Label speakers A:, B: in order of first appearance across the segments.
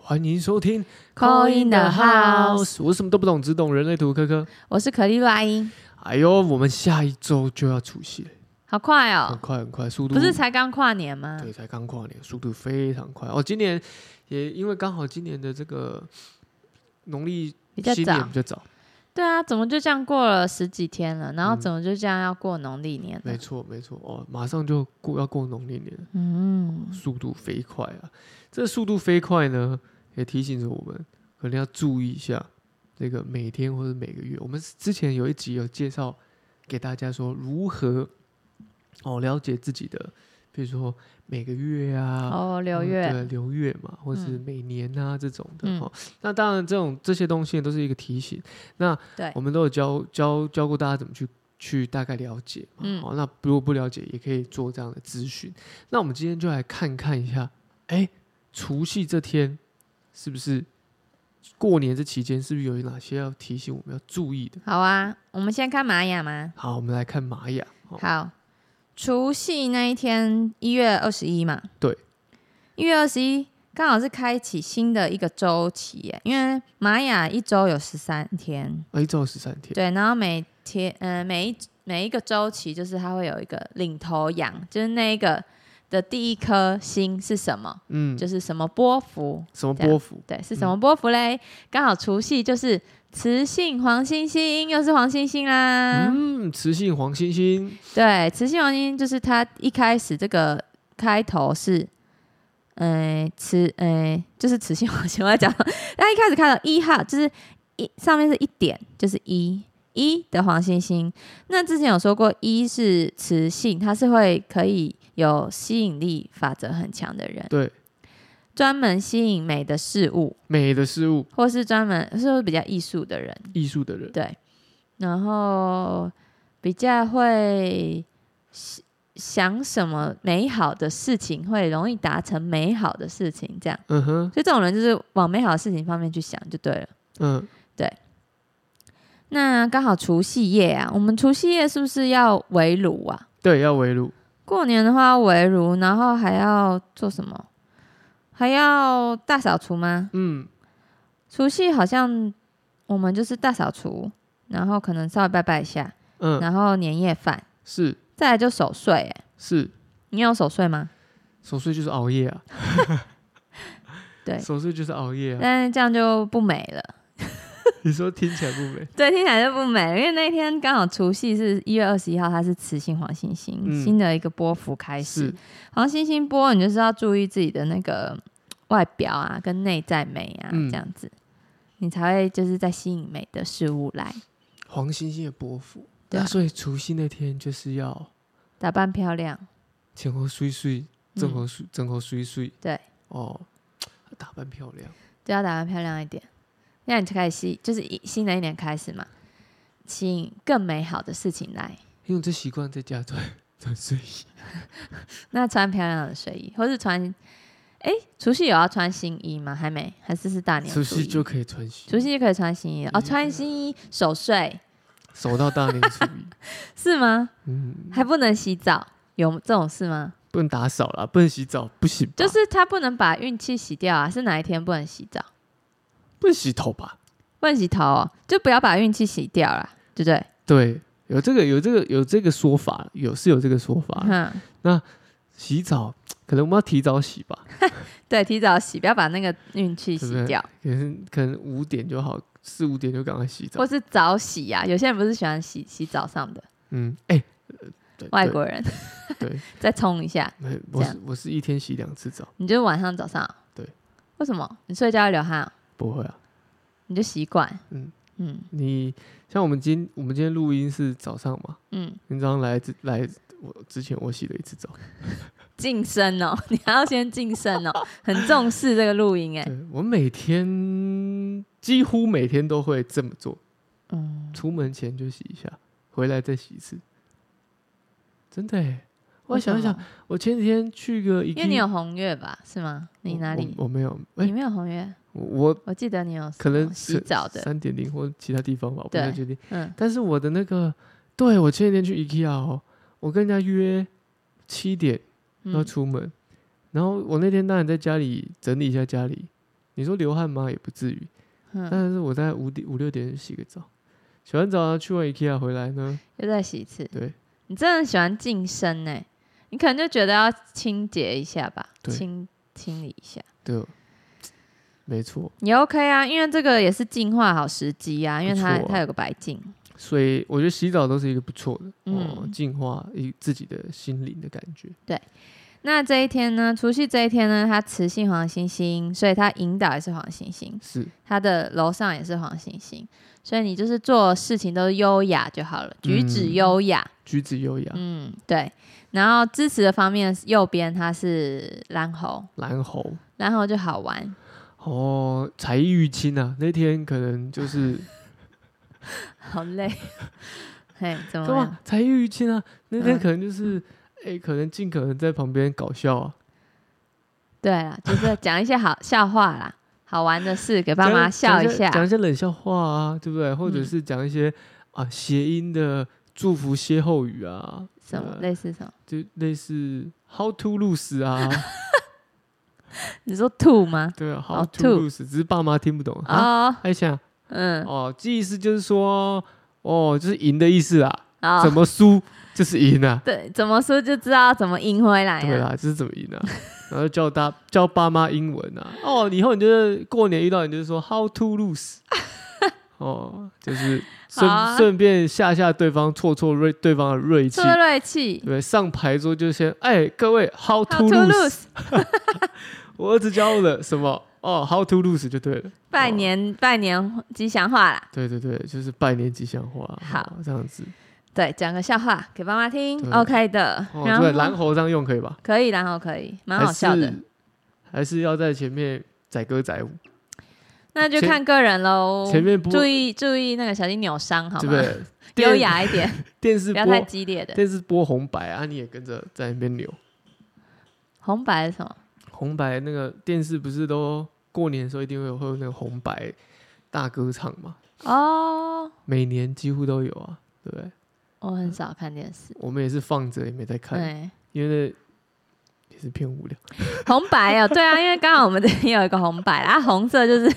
A: 欢迎收听
B: Call in the house
A: 我什么都不懂，只懂人类图科科。
B: 我是可丽露阿英，
A: 哎呦，我们下一周就要除夕了，
B: 好快
A: 很
B: 哦！
A: 快很快，速度
B: 不是才刚跨年吗？
A: 嗯对，才刚跨年，速度非常快。哦，今年也因为刚好今年的这个农历
B: 比较
A: 新年
B: 早
A: 比。较早，
B: 对啊，怎么就这样过了十几天了？然后
A: 嗯
B: 怎么就这样要过农历年
A: 没
B: 了？
A: 错没错。哦，马上就过要过农历年了，
B: 嗯，
A: 速度飞快啊！这速度飞快呢，也提醒着我们可能要注意一下这个每天或者每个月。我们之前有一集有介绍给大家说如何哦了解自己的，比如说每个月啊，
B: 哦，六
A: 嗯对
B: 月，
A: 流月嘛，或是
B: 嗯
A: 每年啊这种的
B: 嗯
A: 哦。那当然，这种这些东西都是一个提醒。那
B: 对
A: 我们都有教教教过大家怎么去去大概了解嘛。
B: 嗯
A: 哦，那如果不了解，也可以做这样的咨询。那我们今天就来看看一下，哎，除夕这天是不是过年这期间是不是有哪些要提醒我们要注意的？
B: 好啊。我们先看玛雅吗？
A: 好，我们来看玛雅。哦、
B: 好，除夕那一天，一月二十一嘛。
A: 对，
B: 一月二十一刚好是开启新的一个周期耶，因为玛雅一周有十三天，
A: 哎，照十三天。
B: 对，然后每天，呃，每一每一个周期就是它会有一个领头羊，就是那一个的第一颗星是什么，
A: 嗯，
B: 就是什么波幅，
A: 什么
B: 这样
A: 波幅？
B: 对，是什么波幅嘞？刚好除夕就是雌性黄星星，又是黄星星啦。
A: 嗯，雌性黄星星。
B: 对，雌性黄金就是它一开始这个开头是，呃，雌呃，就是雌性黄金。我要讲， 它一开始看到一号就是一上面是一点，就是一一的黄星星。那之前有说过，一是雌性，它是会可以有吸引力法则很强的人，
A: 对，
B: 专门吸引美的事物，
A: 美的事物，
B: 或是专门是不是比较艺术的人。
A: 艺术的人。
B: 对，然后比较会想想什么美好的事情，会容易达成美好的事情，这样。
A: 嗯哼，
B: 所以这种人就是往美好的事情方面去想就对了。
A: 嗯，
B: 那刚好除夕夜啊，我们除夕夜是不是要围炉啊？
A: 对，要围炉，
B: 过年的话要围炉，然后还要做什么？还要大扫除吗？
A: 嗯，
B: 除夕好像我们就是大扫除，然后可能稍微拜拜一下，
A: 嗯，
B: 然后年夜饭，
A: 是
B: 再来就守岁、欸。
A: 是，
B: 你有守岁吗？
A: 守岁就是熬夜啊，
B: 对
A: 守岁就是熬夜啊。
B: 但是这样就不美了。
A: 你说听起来不美，
B: 对，听起来就不美了，因为那天刚好除夕是一月二十一号，它是雌性黄星星，
A: 嗯
B: 新的一个波幅开始
A: 是。
B: 黄星星波，你就是要注意自己的那个呃外表啊，跟内在美啊，
A: 嗯
B: 这样子，你才会就是在吸引美的事物来，
A: 黄星星的波幅。
B: 对啊
A: 那所以除夕那天就是要
B: 打扮漂亮。
A: 前后睡睡，正
B: 嗯，
A: 后睡正后睡睡。
B: 对，
A: 哦，打扮漂亮，
B: 就要打扮漂亮一点，那你就开始吸，就是一新的一年开始嘛，吸引更美好的事情来。
A: 因为我这习惯在家穿 穿睡衣。
B: 那穿漂亮的睡衣，或是穿，哎，除夕有要穿新衣吗？还没，还是是大年
A: 除
B: 初一
A: 夕就可嗯以穿新
B: 除
A: 衣，
B: 夕就可以穿新衣了哦，穿新衣守岁
A: 守到大年初 一。
B: 是吗？
A: 嗯，啊
B: 还不能洗澡，有这种事吗？
A: 不能打扫啦，不能洗澡，不行吧，
B: 就是他不能把运气洗掉啊，是哪一天不能洗澡？
A: 不能洗头吧？
B: 不能洗头、哦，就不要把运气洗掉啦，对不对？
A: 对，有这个有这个有这个说法，有是有这个说法啦。
B: 嗯，
A: 洗澡可能我们要提早洗吧，
B: 对，提早洗，不要把那个运气洗
A: 对不对
B: 掉，
A: 可能可能五点就好，四五点就赶快洗澡
B: 或。是早洗啊。有些人不是喜欢洗洗早上的，
A: 嗯，哎、呃对，
B: 外国人
A: 对，对
B: 再冲一下，
A: 没哎我
B: 这样
A: 是我是一天洗两次澡，
B: 你就是晚上早上啊、
A: 对。
B: 为什么？你睡觉会流汗啊，
A: 不会啊。
B: 你就习惯。
A: 嗯
B: 嗯
A: 你像我们今我们今天录音是早上嘛，
B: 嗯，
A: 你早上来之来我之前我洗了一次澡，
B: 晋升哦， 你还要先晋升哦，很重视这个录音哎。
A: 对我每天几乎每天都会这么做，
B: 嗯，
A: 出门前就洗一下，回来再洗一次，真的、欸。我
B: 为什
A: 想一想，
B: 么，
A: 我前几天去个一，
B: 因为你有红月吧？是吗？你哪里？
A: 我我没有，哎、
B: 你没有红月，
A: 我我
B: 我记得你有什么
A: 可能
B: 洗澡的。
A: 三点零或其他地方吧，我不太
B: 对
A: 确定。
B: 嗯，
A: 但是我的那个，对我前几天去 IKEA 哦，我跟人家约七点要
B: 嗯
A: 出门，然后我那天当然在家里整理一下家里，你说流汗吗？也不至于，
B: 嗯，
A: 但是我在五点五六点洗个澡，洗完澡呢，啊去完 IKEA 回来呢，
B: 又再洗一次。
A: 对，
B: 你真的很喜欢净身呢、你可能就觉得要清洁一下吧，
A: 对
B: 清清理一下。
A: 对，没错，
B: 也 OK 啊，因为这个也是净化好时机啊，因为它、
A: 不错啊
B: 它有个白净，
A: 所以我觉得洗澡都是一个不错的，哦，
B: 嗯
A: 净化一自己的心灵的感觉。
B: 那这一天呢，除夕这一天呢，它磁性黄星星，所以它引导也是黄星星，
A: 是，
B: 它的楼上也是黄星星，所以你就是做事情都优雅就好了，举止
A: 嗯
B: 优雅。
A: 举止优雅，
B: 嗯对。然后支持的方面，右边它是蓝猴，
A: 蓝猴
B: 蓝猴就 好玩，
A: 哦，才艺玉清啊，那天可能就是
B: 好 累。嘿，怎么
A: 干
B: 了？
A: 嘛才艺玉清啊，那天
B: 嗯
A: 可能就是哎、可能尽可能在旁边搞笑啊，
B: 对啦，就是讲一些好笑话啦，好玩的事给爸
A: 讲
B: 妈笑一
A: 讲
B: 下。
A: 讲一些冷笑话啊，对不对？或者
B: 嗯
A: 是讲一些、啊谐音的祝福歇后语啊，
B: 什么
A: 对
B: 类似什么？
A: 就类似 how to lose 啊，
B: 你说吐吗？
A: 对啊，how
B: How
A: to
B: to
A: lose，只是爸妈听不懂啊。
B: 哦，
A: 还想
B: 嗯，
A: 哦，这意思就是说，哦，就是赢的意思啦，
B: 哦，
A: 怎么输就是赢啊，
B: 对，怎么说就知道怎么赢回来
A: 对
B: 了。
A: 啦，就是怎么赢啊， 然后教大教爸妈英文啊，哦，以后你就是过年遇到你就是说 how to lose，哦，就是顺
B: 好啊
A: 顺便吓吓对方，挫挫锐对方的锐气
B: 出，了锐气
A: 对，上牌桌就先哎，各位 how to
B: ，How to
A: lose，
B: lose？
A: 我儿子教我的什么哦 how to lose 就对了。
B: 拜
A: 哦
B: 年拜年吉祥话啦，
A: 对对对，就是拜年吉祥话，
B: 好
A: 哦这样子。
B: 对，讲个笑话给爸妈听
A: 对
B: ，OK 的。
A: 哦，
B: 然
A: 对，蓝
B: 后
A: 猴这样用可以吧？
B: 可以，然后可以，蛮
A: 还
B: 好笑的
A: 是。还是要在前面载歌载舞，
B: 那就
A: 前
B: 看个人喽，
A: 前面不
B: 哦注意注意那个小心扭伤，好
A: 对不
B: 吗？
A: 对？
B: 优
A: 电
B: 雅一点，
A: 电视
B: 不要太
A: 播
B: 激烈的。
A: 电视播红白啊，你也跟着在那边扭。
B: 红白是什么？
A: 红白那个电视不是都过年的时候一定会有会有那个红白大歌唱嘛？
B: 哦，
A: 每年几乎都有啊，对不对？
B: 我很少看电视。
A: 我们也是放着也没在看，
B: 对，
A: 因为那也是偏无聊。
B: 红白哦，对啊，因为刚好我们这边有一个红白啊，红色就是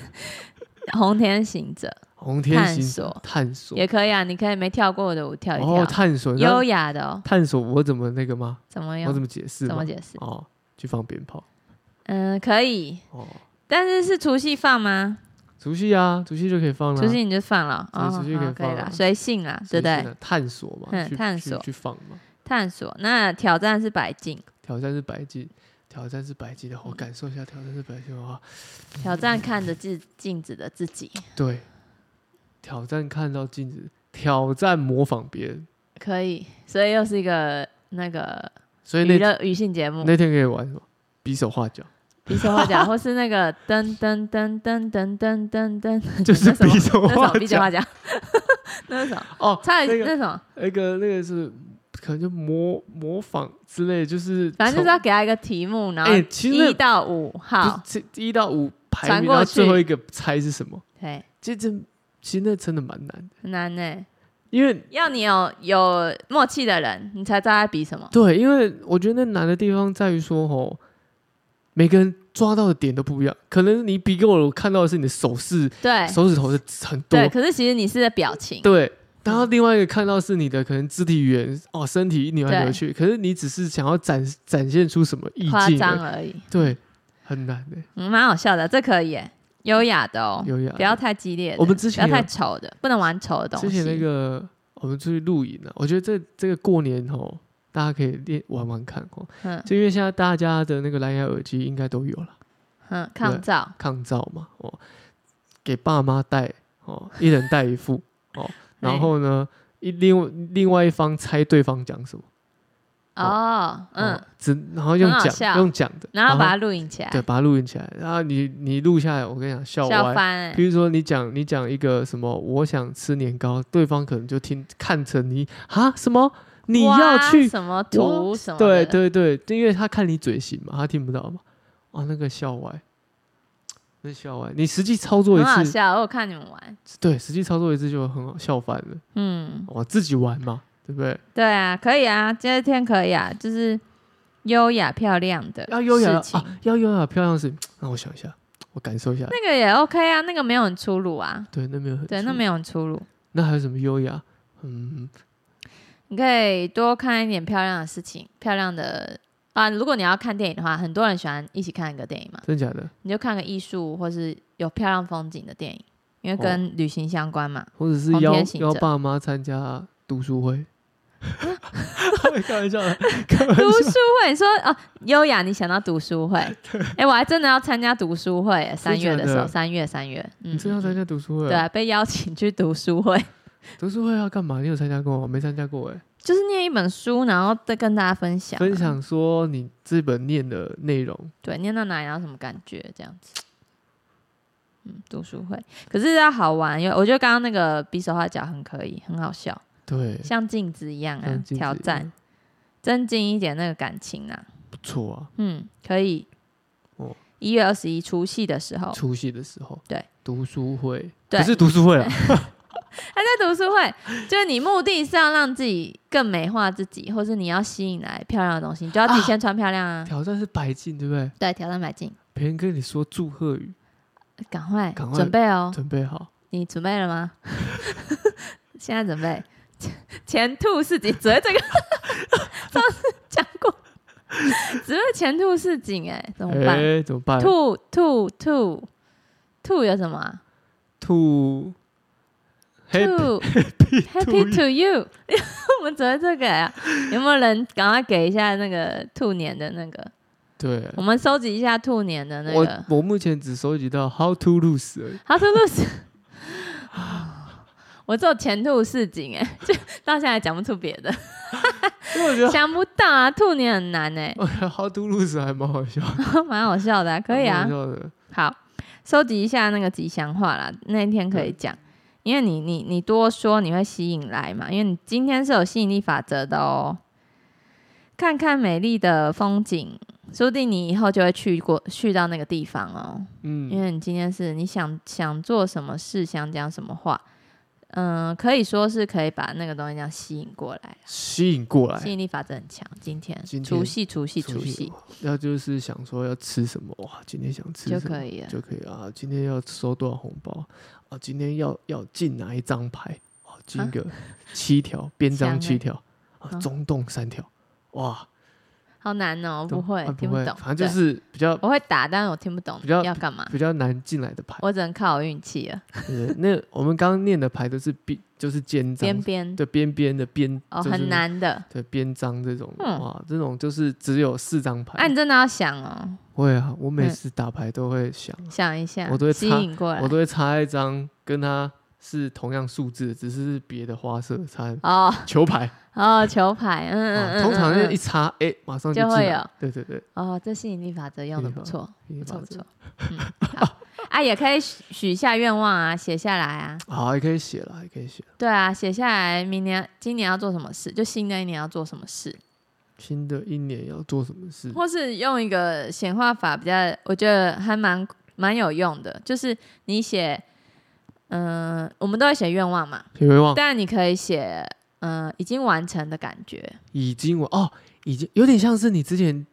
B: 红天行者，
A: 红天
B: 探
A: 行
B: 索
A: 探索，
B: 也可以啊，你可以没跳过我的舞跳一
A: 哦，
B: 跳，
A: 探索，
B: 优
A: 那
B: 雅的哦，
A: 探索我怎么那个吗？
B: 怎么
A: 我
B: 样？
A: 怎么解释？
B: 怎么？解释？
A: 哦，去放鞭炮。
B: 嗯，可以，
A: 哦，
B: 但是是除夕放吗？
A: 除夕啊，除夕就可以放了、
B: 除夕你就放了，哦，
A: 除夕可以
B: 好可以
A: 放啊
B: 啦，随性啦，
A: 随
B: 对不
A: 性啊
B: 对？？
A: 探索嘛，
B: 嗯
A: 去
B: 探
A: 去
B: 索
A: 去放嘛。
B: 探索，那挑战是百进，
A: 挑战是白金，挑战是白金的话，我感受一下挑战是白金的话，
B: 挑战看着自镜子的自己，
A: 对，挑战看到镜子，挑战模仿别人，
B: 可以，所以又是一个那个
A: 所以
B: 娱
A: 那
B: 乐娱性节目。
A: 那天可以玩什么？比手画 脚，
B: 比手画脚， 或是那个噔噔噔噔噔噔噔噔，
A: 就是
B: 那什么
A: 比手
B: 那什么
A: 画
B: 比手
A: 脚
B: 画脚， 那是什么？
A: 哦。
B: 差
A: 那
B: 点
A: 个
B: 那什么，
A: 那个那个是可能就模模仿之类，就是
B: 反正就是
A: 从
B: 要给他一个题目，然后
A: 哎其实那
B: 一到五号
A: 不，是这一到五排
B: 传
A: 名，
B: 过
A: 然后最
B: 去
A: 后一个猜是什么？
B: 对，
A: 其实真其实那真的蛮难的，
B: 很难呢。
A: 因为
B: 要你有有默契的人，你才知道他比什么。
A: 对，因为我觉得那难的地方在于说，吼，每个人抓到的点都不一样。可能你比给我我看到的是你的手势，
B: 对
A: 手指头的很多
B: 对，，可是其实你是在表情，
A: 对。然后另外一个看到是你的可能肢体语言哦，身体扭来扭
B: 对
A: 去，可是你只是想要展展现出什么意
B: 夸
A: 境而
B: 张
A: 已，
B: 而已，
A: 对，很难的、
B: 嗯，蛮好笑的，这可以耶，优雅的哦，
A: 优雅的。
B: 不要太激烈的，
A: 我们之前
B: 不要太
A: 有
B: 丑的，不能玩丑的东西。
A: 之前那个我们出去露营啊，我觉得这这个过年哦，大家可以练玩玩看哦，
B: 嗯
A: 就因为现在大家的那个蓝牙耳机应该都有了。
B: 嗯，抗噪，
A: 抗噪嘛，哦，给爸妈带哦，一人带一 副哦，
B: 嗯
A: 然后呢，一另另外一方猜对方讲什么，
B: 哦，嗯
A: 哦，，只然后用
B: 很好
A: 讲
B: 笑
A: 用讲的，
B: 然后把它录影起来，
A: 对把它录音起来，然后你你录下来，我跟你讲笑
B: 笑
A: 歪。
B: 翻、欸
A: 比，如说你讲你讲一个什么，我想吃年糕，对方可能就听看成你啊什么你要
B: 哇
A: 去，
B: 什么图什么
A: 对
B: 的，
A: 对对，因为他看你嘴型嘛，他听不到嘛，啊那个笑歪，那笑歪，你实际操作一
B: 很好
A: 次，
B: 笑。我有看你们玩，
A: 对，实际操作一次就很好笑翻了。
B: 嗯，
A: 我自己玩嘛，对不对？
B: 对啊，可以啊，今天可以啊，就是优雅漂亮的
A: 要优雅哦
B: 事情
A: 啊，要优雅漂亮是。让我想一下，我感受一下。
B: 那个也 OK 啊，那个没有很粗鲁啊，
A: 对，那没有很
B: 对，
A: 粗
B: 那
A: 鲁
B: 没有很粗鲁。
A: 那还有什么优雅？嗯，
B: 你可以多看一点漂亮的事情，漂亮的啊。如果你要看电影的话，很多人喜欢一起看一个电影嘛，
A: 真假的，
B: 你就看个艺术或是有漂亮风景的电影，因为
A: 哦
B: 跟旅行相关嘛。
A: 或者是
B: 红
A: 邀
B: 天行
A: 邀
B: 者
A: 爸妈参加读书会。 开玩笑的，
B: 嗯
A: 开玩
B: 读
A: 笑。
B: 书会，你说哦，优雅，你想到读书 会？哎、我还真的要参加读书会耶，三月的时
A: 假
B: 候，
A: 的
B: 三月，三月，嗯
A: 你真的要参加读书会
B: 对
A: 啊？
B: 啊，被邀请去读书会，
A: 读书会要干嘛？你有参加过吗？没参加过哎。
B: 就是念一本书，然后再跟大家分享啊，
A: 分享说你这本念的内容，
B: 对，念到哪里，然后什么感觉这样子。嗯，读书会，可是要好玩，因为我觉得刚刚那个比手画脚很可以，很好笑，
A: 对，
B: 像镜子一样啊，
A: 像镜子
B: 挑
A: 一
B: 战
A: 样，
B: 增进一点那个感情啊。
A: 不错啊。
B: 嗯，可以
A: 哦。
B: 一月二十一除夕的时候，
A: 出戏的时候，
B: 哦对，
A: 读书会，
B: 对
A: 不是读书会啊，
B: 还在读书会，就是你目的是要让自己更美化自己，或是你要吸引来漂亮的东西，你就要自己先穿漂亮啊。
A: 挑战是白净，对不对？
B: 对，挑战买进，
A: 别人跟你说祝贺语，
B: 赶快
A: 赶快
B: 准备哦。
A: 准备好，
B: 你准备了吗？ 现在准备，前前兔似锦，只会这 个，上次讲过，只会前兔似锦，哎，怎么办？
A: 哎，怎么办？
B: 兔兔兔兔有什么啊、
A: 兔，嘿，
B: 兔
A: to
B: Happy to you，我们只会这个呀、有没有人赶快给一下那个兔年的那个？
A: 对
B: 我，们收集一下兔年的那个
A: 我我目前只收集到 How to lose 而已，
B: How to lose。我只有前兔似锦哎，就到现在还讲不出别的，
A: 因为我觉 得，
B: 想不到啊，兔年很难哎
A: 我觉得 How to lose 还蛮好笑的，
B: 蛮好笑的、啊，可以啊
A: 蛮好。笑的
B: 好，收集一下那个吉祥话啦，那一天可以讲，因为你你你多说你会吸引来嘛，因为你今天是有吸引力法则的哦。看看美丽的风景，说不定你以后就会去过去到那个地方哦，因
A: 嗯，
B: 为你今天是你想想做什么事，想讲什么话，嗯、可以说是可以把那个东西这样吸引过来，
A: 吸引过来
B: 吸，引力法则很强。今天
A: 今天
B: 除夕，除夕，除夕，
A: 要就是想说要吃什么，哇，今天想吃
B: 就
A: 什么
B: 可以了。
A: 就可以啊。今天要收多少红包啊？今天要要进哪一张牌？哦、进
B: 啊
A: 个七 条，边
B: 香
A: 章
B: 欸
A: 七条，啊，
B: 嗯
A: 中洞三条，哇，
B: 好难哦，我
A: 都
B: 不会
A: 啊，
B: 听
A: 不会
B: 懂。
A: 反正
B: 对
A: 就是比较
B: 我会打，但是我听不懂
A: 比较
B: 要干嘛，
A: 比较难进来的牌。
B: 我只能靠我运气了。
A: 对那我们刚刚念的牌都是边，就是尖章
B: 边，边
A: 对边边的边，
B: 哦，
A: 就是
B: 很。难的。
A: 对边章这种，
B: 嗯
A: 哇，这种就是只有四张牌。
B: 啊，你真的要想哦，
A: 会啊，我每
B: 嗯
A: 次打牌都会想，
B: 想一下
A: 我都会，
B: 吸
A: 插
B: 引过来
A: 我。都会插一张跟它是同样数字，只是是别的花色插
B: 哦
A: 球牌。
B: 哦，球牌，嗯嗯
A: 啊，
B: 嗯，
A: 通常
B: 嗯
A: 就
B: 嗯
A: 一插，哎、马上
B: 就
A: 进
B: 会
A: 来
B: 有。
A: 对对对，
B: 哦，这吸引力法则用的
A: 吸引
B: 不
A: 力法
B: 错，
A: 一
B: 不
A: 定
B: 错
A: 把
B: 不
A: 这
B: 错。嗯， 好啊，也可以许许下愿望啊，写下来啊。
A: 好，也可以写了，也可以写
B: 对啊，写下来，明年、今年要做什么事，就新的一年要做什么事，
A: 新的一年要做什么事。
B: 或是用一个显化法比较，我觉得还蛮蛮有用的，就是你写，嗯、我们都会写愿望嘛，
A: 有没有忘？
B: 但你可以写，嗯、已经完成的感觉，
A: 已经我哦，已经有点像是你之前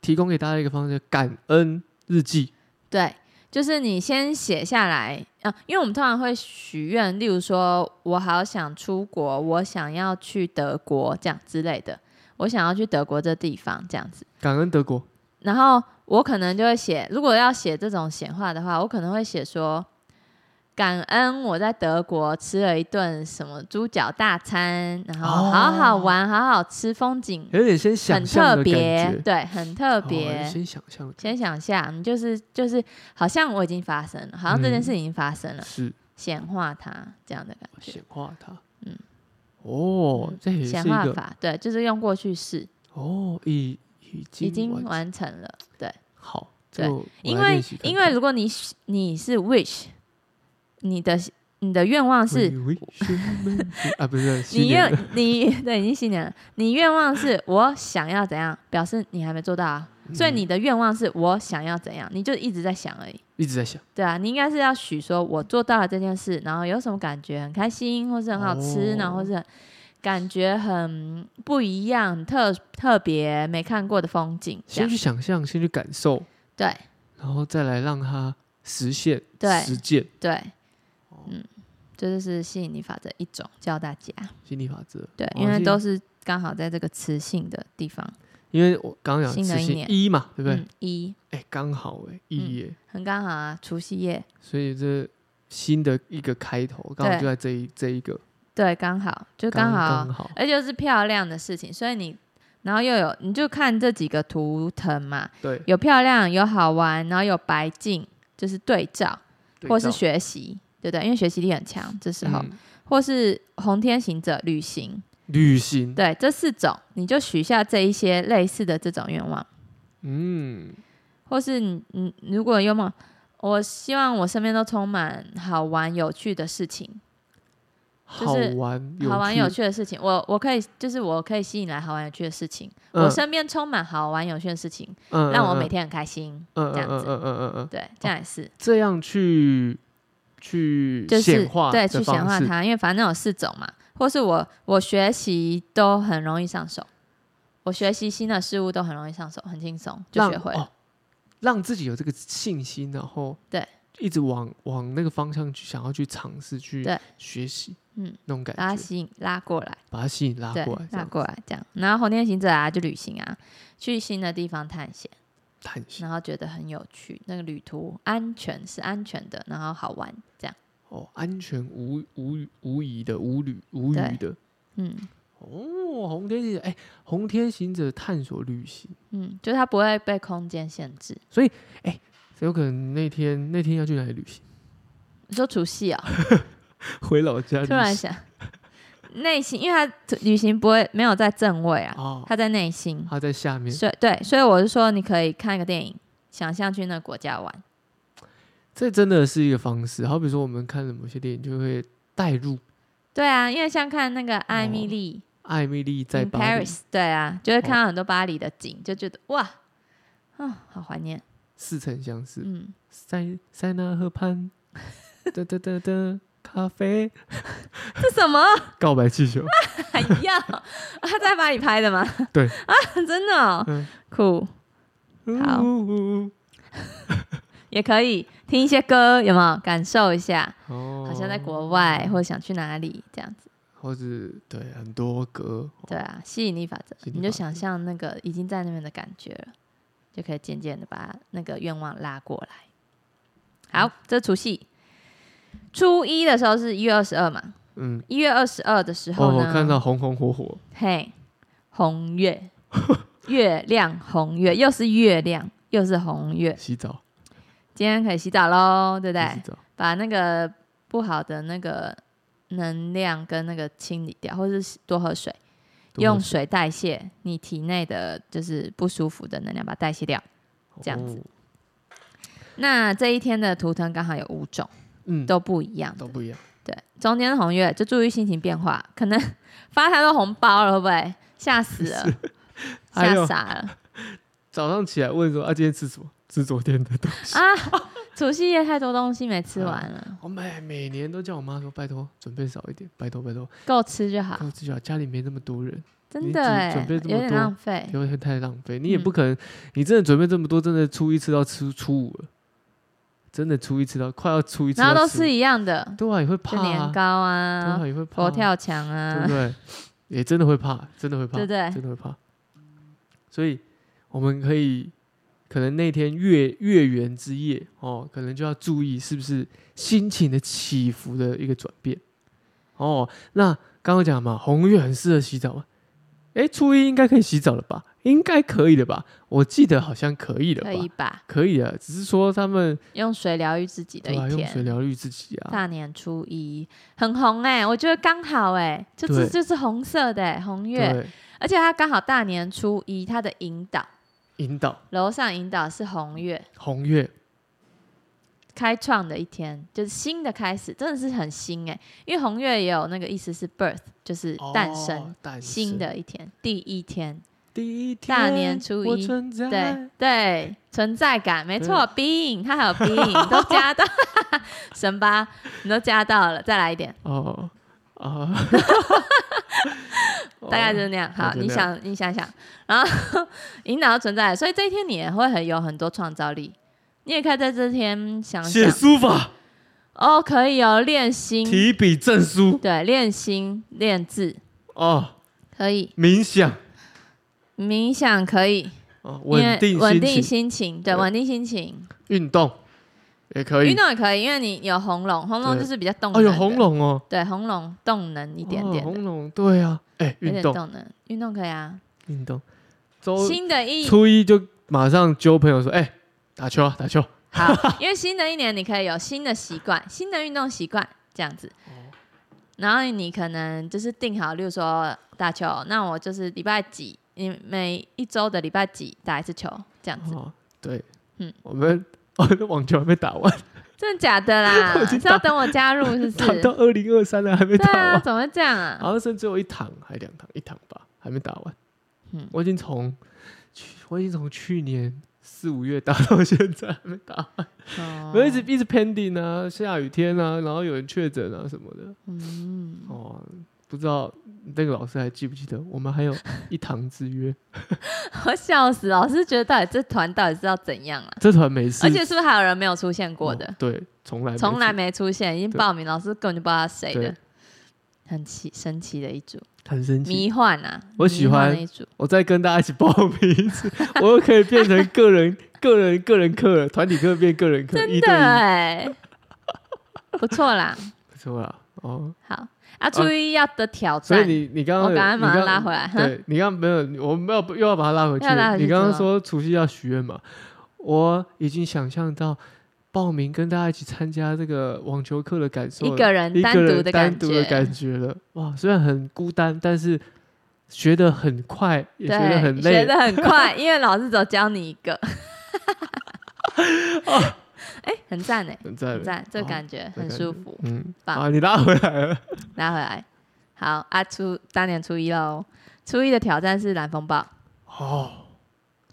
A: 提供给大家一个方式，感恩日记。
B: 对，就是你先写下来啊、因为我们通常会许愿，例如说我好想出国，我想要去德国这样之类的，我想要去德国这地方这样子，
A: 感恩德国，
B: 然后我可能就会写，如果要写这种显化的话，我可能会写说。感恩我在德国吃了一顿什么猪脚大餐，然后
A: 哦
B: 好好玩，好好吃风景，
A: 有点先
B: 很
A: 想象的
B: 特
A: 感
B: 别，
A: 觉，
B: 对，很特别。
A: 哦先想象的感
B: 先想一下，你就是就是，好像我已经发生了，好像这件
A: 嗯
B: 事已经发生
A: 觉
B: 了，
A: 是
B: 显化它这样的感觉，
A: 显化它。
B: 嗯
A: 嗯，哦
B: 嗯，
A: 这也是
B: 显
A: 一
B: 化
A: 个
B: 法，对，就是用过去式，
A: 哦，已已经
B: 已经
A: 完
B: 完成了，对，
A: 好，
B: 对
A: 这个我
B: 因
A: 来
B: 为
A: 练习看
B: 因
A: 看
B: 为如果你你是 wish，你的你的愿望是。
A: We wish you merry- 啊，不是新
B: 你
A: 年
B: 愿你 对已经新年了，你愿望是我想要怎样，表示你还没做到啊，所以
A: 嗯
B: 你的愿望是我想要怎样，你就一直在想而已。
A: 一直在想，
B: 对啊，你应该是要许说，我做到了这件事，然后有什么感觉，很开心，或是很好吃，
A: 哦
B: 然后或是很感觉很不一样、很特特别、没看过的风景，这
A: 先
B: 样
A: 去想象，先去感受，
B: 对，
A: 然后再来让它实现
B: 对
A: 实哦践
B: 对，嗯，这就是吸引力法则一种，教大家。
A: 心理法则。
B: 对，
A: 哦
B: 因为
A: 这
B: 都是刚好在这个磁性的地方，
A: 因为我刚刚讲
B: 新的
A: 实
B: 一
A: 现
B: 年
A: 一嘛，对不对？
B: 嗯，一
A: 哎，刚好哎一耶，
B: 很刚好啊，除夕夜，
A: 所以这新的一个开头刚好
B: 对
A: 就在这一这一个
B: 对，刚好就
A: 刚
B: 刚好，
A: 刚好
B: 而且是漂亮的事情，所以你。然后又有，你就看这几个图腾嘛，
A: 对，
B: 有漂亮，有好玩，然后有白净，就是对照，
A: 对
B: 或是
A: 照
B: 学习，对不对？因为学习力很强，这时候，
A: 嗯
B: 或是红天行者旅行，
A: 旅行，
B: 对，这四种，你就许下这一些类似的这种愿望，
A: 嗯，
B: 或是你你如果有梦，我希望我身边都充满好玩有趣的事情，
A: 好玩
B: 好玩有
A: 趣，
B: 趣的事情，我我可以就是我可以吸引来好玩有趣的事情，
A: 嗯
B: 我身边充满好玩有趣的事情，
A: 嗯
B: 让我每天很开心，
A: 嗯
B: 这样
A: 嗯
B: 子
A: 嗯嗯嗯嗯嗯，
B: 对，这样也是，
A: 这样去去
B: 就是
A: 显化的
B: 对去
A: 方
B: 显化
A: 式，
B: 它，因为反正有四种嘛，或是我我学习都很容易上手，我学习新的事物都很容易上手，很轻松就
A: 让
B: 学会了，
A: 哦，让自己有这个信心，然后
B: 对，
A: 一直往往那个方向去，想要去尝试去
B: 对
A: 学习，
B: 嗯，
A: 那种感
B: 拉
A: 觉，
B: 吸引拉过来。
A: 把它吸引拉
B: 对
A: 过来，，这
B: 拉
A: 样
B: 过来这样。然后红天行者啊，就旅行啊，去新的地方探险，
A: 探险
B: 然后觉得很有趣，那个旅途安全是安全的，然后好玩这样。
A: 哦，安全无无无疑的无旅无
B: 对
A: 余的
B: 嗯
A: 哦，红天行者，哎，红天行者探索旅行。
B: 嗯，就是它不会被空间限制。
A: 有可能那天那天要去哪里旅行？
B: 你说除夕啊、
A: 回老家呃旅行。
B: 突然想，内心，因为它旅行不会没有在正位啊，
A: 哦，
B: 它在内心，
A: 他在下面。
B: 所以对，所以我是说，你可以看一个电影，想象去那个国家玩。
A: 这真的是一个方式。好比说，我们看了某些电影，就会带入
B: 对啊，因为像看那个艾米
A: 哦
B: 丽。
A: 艾米丽在
B: In
A: 巴黎
B: Paris，对啊，就会
A: 哦
B: 看到很多巴黎的景，就觉得哇，啊，好怀念。
A: 似曾相识，
B: 嗯，
A: 塞塞纳河畔， 哒哒哒哒，咖啡，
B: 这什么？
A: 告白气球，
B: 哎呀，他在巴黎拍的吗？
A: 对
B: 啊，真的哦
A: 嗯，
B: 酷， 好
A: 呜
B: 也可以听一些歌，有没有感受一下？
A: 哦，
B: 好像在国外，或者想去哪里这样子。
A: 或是对很多歌，
B: 对啊，吸引力法则，
A: 吸引力
B: 你就
A: 法则
B: 想象那个已经在那边的感觉了，就可以渐渐的把那个愿望拉过来。好，这除夕，初一的时候是一月二十二嘛，
A: 嗯，
B: 一月二十二的时
A: 哦，
B: 候
A: 我
B: 呢，
A: 看到红红火火，
B: 嘿，红月， 月亮红月，又是月亮，又是红月，
A: 洗澡，
B: 今天可以洗澡喽，对不
A: 洗
B: 对？
A: 澡，
B: 把那个不好的那个能量跟那个清理掉，或是多喝水，
A: 多
B: 用
A: 喝
B: 水代谢你体内的就是不舒服的能量，把它代谢掉。这样子
A: 哦，
B: 那这一天的图腾刚好有五种，
A: 嗯，
B: 都不一样的
A: 都不一样，
B: 对，中间是红月就注意心情变化，可能 发太多红包了，会不会吓死了？
A: 哎
B: 吓
A: 呦
B: 傻了
A: 早上起来问说啊，今天吃什么？吃昨天的东 西。
B: 啊！除夕夜太多东西没吃完了，
A: 我每每年都叫我妈说，拜托准备少一点，拜托拜托，
B: 够吃就好
A: 靠，自己好，家里没那么多人，
B: 真的
A: 你
B: 哎
A: 准，备
B: 有
A: 这么
B: 点
A: 多
B: 浪费。
A: 因为太浪费。你也
B: 嗯
A: 不可能，你真的准备这么多，真的初一吃到初初五了，真的初一吃到快要初一吃
B: 然
A: 到
B: 后都
A: 初五
B: 是一样的，
A: 对啊，也会怕
B: 就年
A: 啊，
B: 糕
A: 对
B: 啊
A: 啊，、也会怕啊，
B: 佛跳墙
A: 对
B: 啊
A: 不，对？也真的会怕，真的会怕，
B: 对不对？
A: 真的会怕。所以我们可以可能那天月月圆之夜哦，可能就要注意是不是心情的起伏的一个转变哦。那刚刚讲嘛，红月很适合洗澡嘛，诶，初一应该可以洗澡了吧？应该可以的吧？我记得好像可以的吧？
B: 可以吧？
A: 可以的，只是说他们
B: 用水疗愈自己的
A: 对吧、
B: 一
A: 用水
B: 天。
A: 疗愈自己啊，
B: 大年初一很红哎、我觉得刚好哎、就
A: 对
B: 是就是红色的、哎红月，
A: 对，
B: 而且它刚好大年初一，它的引导
A: 引导
B: 楼上引导是红月，
A: 红月
B: 开创的一天，就是新的开始，真的是很新哎、因为红月也有那个意思是 birth，就是诞生、
A: 哦诞
B: 新
A: 生
B: 的一天，第一天，
A: 第一天
B: 大年初
A: 我
B: 一
A: 存在
B: 对对，存在感没错，being，它还有 being 都加到， 神吧，你都加到了，再来一点，
A: 哦啊，
B: 大概就是那样。
A: 那
B: 哦好，
A: 就
B: 你
A: 那样
B: 想你想想，然后引导到存在，所以这一天你也会很有很多创造力，你也可以在这天想
A: 写
B: 想
A: 书法、
B: 哦，可以哦，练心，
A: 提笔证书
B: 对，练心练字
A: 哦，
B: 可以，
A: 冥想
B: 冥想可以，
A: 哦，
B: 因为
A: 稳定
B: 稳定
A: 心情，
B: 心情，对，
A: 对
B: 稳定心情，
A: 运动也可以
B: 运。动也可以，因为你有红龙，红龙
A: 对
B: 就是比较动能，
A: 哦，有红，龙哦，
B: 对，红龙动能一点
A: 哦
B: 点的，
A: 红龙，对啊，哎，
B: 有
A: 运
B: 点
A: 动哦
B: 动能，运动可以啊。
A: 运动，周
B: 新 的一
A: 初一就马上揪朋友说，哎，打球啊，打球，
B: 好，因为新的一年你可以有新的习惯、新的运动习惯这样子。
A: 哦
B: 然后你可能就是定好，例如说打球，那我就是礼拜几，你每一周的礼拜几打一次球，这样子，
A: 哦，对，嗯
B: 嗯，
A: 我们 哦，那网球还没打完，
B: 真的假的啦
A: 我已？经
B: 是
A: 打
B: 要等我加入是不
A: 打到
B: 是？
A: 二零二三了还没
B: 对
A: 打
B: 啊，
A: 完，
B: 怎么会这样啊？
A: 好像剩最后一堂还两堂，一堂吧，还没打完。
B: 嗯
A: 我已经从去，我已经从去年四五月打到现在还没打完，
B: 哦
A: 我一直一直 pending 啊，下雨天啊，然后有人确诊啊什么的，
B: 嗯，
A: 哦，不知道那个老师还记不记得，我们还有一堂之约，
B: 我笑死，老师觉得到底这团到底是要怎样啊？
A: 这团没事，
B: 而且是不是还有人没有出现过的
A: 哦？对，从来没
B: 从来
A: 事
B: 没出现，已经
A: 对
B: 报名，老师根本就不知道他谁的
A: 对，
B: 很奇神奇的一组，
A: 很生气。
B: 迷幻啊！
A: 我喜欢
B: 迷幻的一组，
A: 我再跟大家一起报名一 次，我又可以变成个人、个人、个人课了，团体课变个人课，一对
B: 真的
A: 一，
B: 哎、不错啦。
A: 不错啦。哦，
B: 好啊，初一要的挑
A: 所以
B: 战，
A: 你你刚
B: 我
A: 刚有
B: 赶快
A: 你
B: 马上
A: 刚
B: 拉回来。哼
A: 对你刚刚没有，我没有又要把它拉回去
B: 要拉
A: 了。
B: 回去
A: 你刚刚
B: 是吗
A: 说除夕要许愿嘛，我已经想象到报名跟大家一起参加这个网球课的感受
B: 一
A: 了，
B: 个人
A: 一
B: 单
A: 个
B: 独
A: 人
B: 的
A: 单
B: 感
A: 独的
B: 觉，
A: 感觉了。哇，虽然很孤单，但是学得很快，也学得很
B: 对，
A: 累
B: 学，得很快，因为老师只有教你一 个。哎、很赞哎、
A: 很赞
B: 很。赞，这
A: 好
B: 感觉
A: 哦这
B: 很
A: 感
B: 舒服。
A: 嗯，
B: 棒
A: 啊，你拉回来了。
B: 拿回来，好啊，初当年初一喽，初一的挑战是蓝风暴。
A: 哦，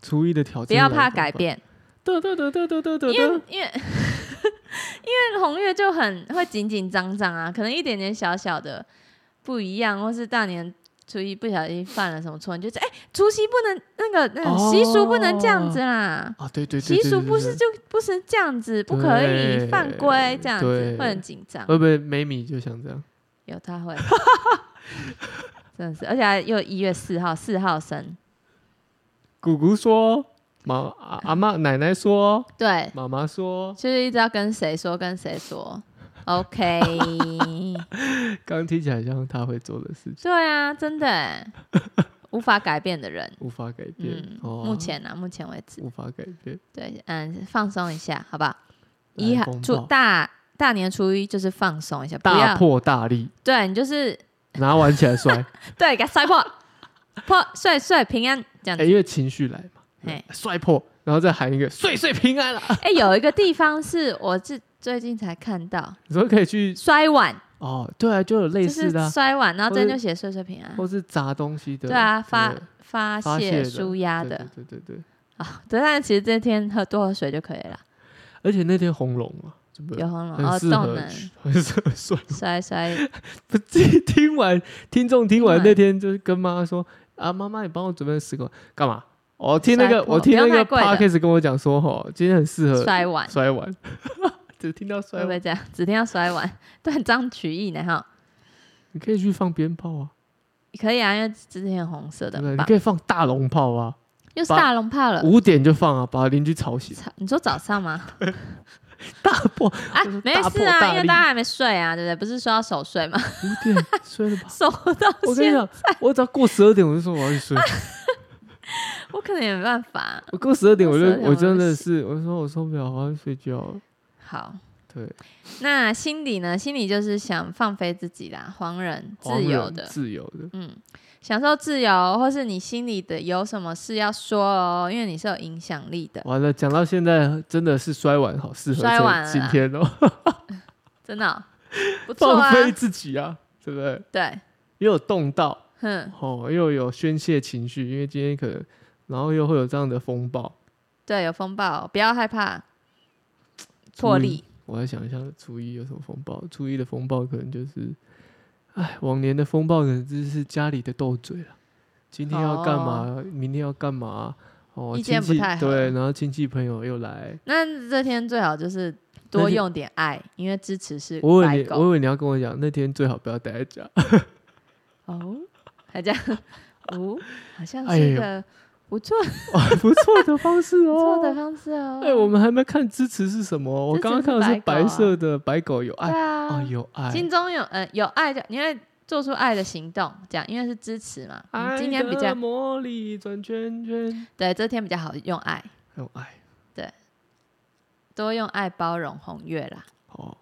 A: 初一的挑战，
B: 不要怕改。变，
A: 得得得得得得得
B: 因为
A: 得，
B: 因为因为红月就很会紧紧张张啊，可能一点点小小的不一样，或是大年初一不小心犯了什么错，你就觉得哎、除夕不能那个那
A: 哦
B: 个习俗不能这样子啦，
A: 啊，对对对，
B: 习
A: 对
B: 俗不是。就不是这样子，不可以
A: 对
B: 犯规这样子
A: 对，呃
B: 会很紧张
A: 对对。会不会美米就像这样？
B: 有他会， 真的是，而且还又一月四号，四号生，
A: 姑姑说，妈啊 阿阿妈奶奶说，
B: 对，
A: 妈妈说，
B: 就是一直要跟谁说跟谁说。OK，
A: 刚听起来像他会做的事情，
B: 对啊，真的欸无法改变的人，
A: 无法改变
B: 嗯。，
A: 哦，
B: 目前啊，目前为止，
A: 无法改变。
B: 对，嗯，放松一下，好不好？一
A: 来
B: 号
A: 风
B: 初
A: 暴
B: 大大年初一就是放松一下，不
A: 大
B: 要
A: 破大立，
B: 对你就是
A: 拿完 起来摔，
B: 对给它摔破破碎碎平安这样
A: 哎，
B: 子。
A: 因为情绪来嘛
B: 哎，
A: 摔破，然后再喊一个岁岁平安啊啦。
B: 哎、有一个地方是我是最近才看到
A: 你说可以去
B: 摔碗，
A: 哦，对啊，就有类
B: 就
A: 似
B: 是
A: 的啊，
B: 摔碗，然后这
A: 或
B: 边
A: 者
B: 就写碎碎平安。
A: 或是砸东西的，
B: 对啊，发
A: 对
B: 发
A: 发泄
B: 泄
A: 的
B: 舒压的，
A: 对对对对。
B: 啊，对，但其实这天喝多喝水就可以了，
A: 而且那天红龙嘛，怎么
B: 有喉咙
A: 很
B: 哦，
A: 适
B: 动
A: 合
B: 能
A: 去， 很适合睡。
B: 摔摔，
A: 不，自己听完听众听完
B: 听完
A: 那天就是跟妈妈说啊，妈妈，你帮我准备十个干嘛？我听那
B: 摔
A: 个
B: 破
A: 我听那
B: 不
A: 个
B: 要太贵的
A: podcast 跟我讲说，吼，今天很适合
B: 摔碗，
A: 摔碗， 只听到
B: 会
A: 摔
B: 不会
A: 碗，
B: 这样？只听到摔碗， 断章取义呢哈。
A: 你可以去放鞭炮啊，
B: 可以啊，因为之前有红色
A: 对
B: 的
A: 不对？
B: 很
A: 你
B: 棒，
A: 可以放大龙炮啊，
B: 又是大龙炮了。
A: 五点就放啊，把邻居吵醒，
B: 操你说早上吗？
A: 大破
B: 啊
A: 就是，
B: 没
A: 大
B: 事
A: 破大
B: 啊，因为
A: 立
B: 大家还没睡啊，对不对？不是说要守岁吗？
A: 五点睡了 吧？
B: 守到
A: 我跟你
B: 现，
A: 讲，我只要过十二点我就说我要去 睡，
B: 我可能也没办法。
A: 我过十二点我就
B: 过12点
A: 我真
B: 我
A: 的
B: 就是
A: 我说我受不了，我要去睡觉了。
B: 好，
A: 对，
B: 那心里呢？心里就是想放飞自己啦，黄人
A: 黄
B: 自由
A: 人
B: 的，
A: 自由的，
B: 嗯，享受自由，或是你心里的有什么事要说哦，因为你是有影响力的，
A: 完了，讲到现在真的是摔碗好适合
B: 摔碗
A: 这
B: 了
A: 今
B: 啦
A: 天哦，
B: 真 的哦、不错啊
A: 放，飞自己啊，对不对？
B: 对，
A: 又有动到
B: 哼，
A: 哦，又有宣泄情绪，因为今天可能，然后又会有这样的风暴。
B: 对，有风暴，不要害怕，
A: 初
B: 破
A: 一
B: 例，
A: 我来想一下，初一有什么风暴？初一的风暴可能就是，哎，往年的风暴可能就是家里的斗嘴了。今天要干嘛？明天要干嘛？哦，
B: 哦意
A: 亲
B: 见不
A: 戚
B: 太合
A: 对，然后亲戚朋友又来，
B: 那这天最好就是多用点爱，因为支持是
A: 我以为
B: 白
A: 你，我以
B: 狗
A: 为你要跟我讲，那天最好不要待在家。
B: 哦，还这样，哦，好像
A: 哎
B: 是一
A: 呦
B: 个不错
A: 哇，哦不错的方式
B: 不错的
A: 哦。
B: 方式哦。
A: 哎、我们还没看支持是什么？我
B: 支持
A: 刚刚看的是
B: 是白狗
A: 白
B: 啊
A: 色的白狗有
B: 对
A: 爱
B: 啊
A: 啊，，有爱。
B: 心中有呃有爱就你会做出爱的行动，这样因为是支持嘛。
A: 爱
B: 嗯今天比
A: 哎的
B: 较
A: 魔力转圈圈，
B: 对，这天比较好用爱，
A: 有爱
B: 多用爱包容红月啦。
A: 哦。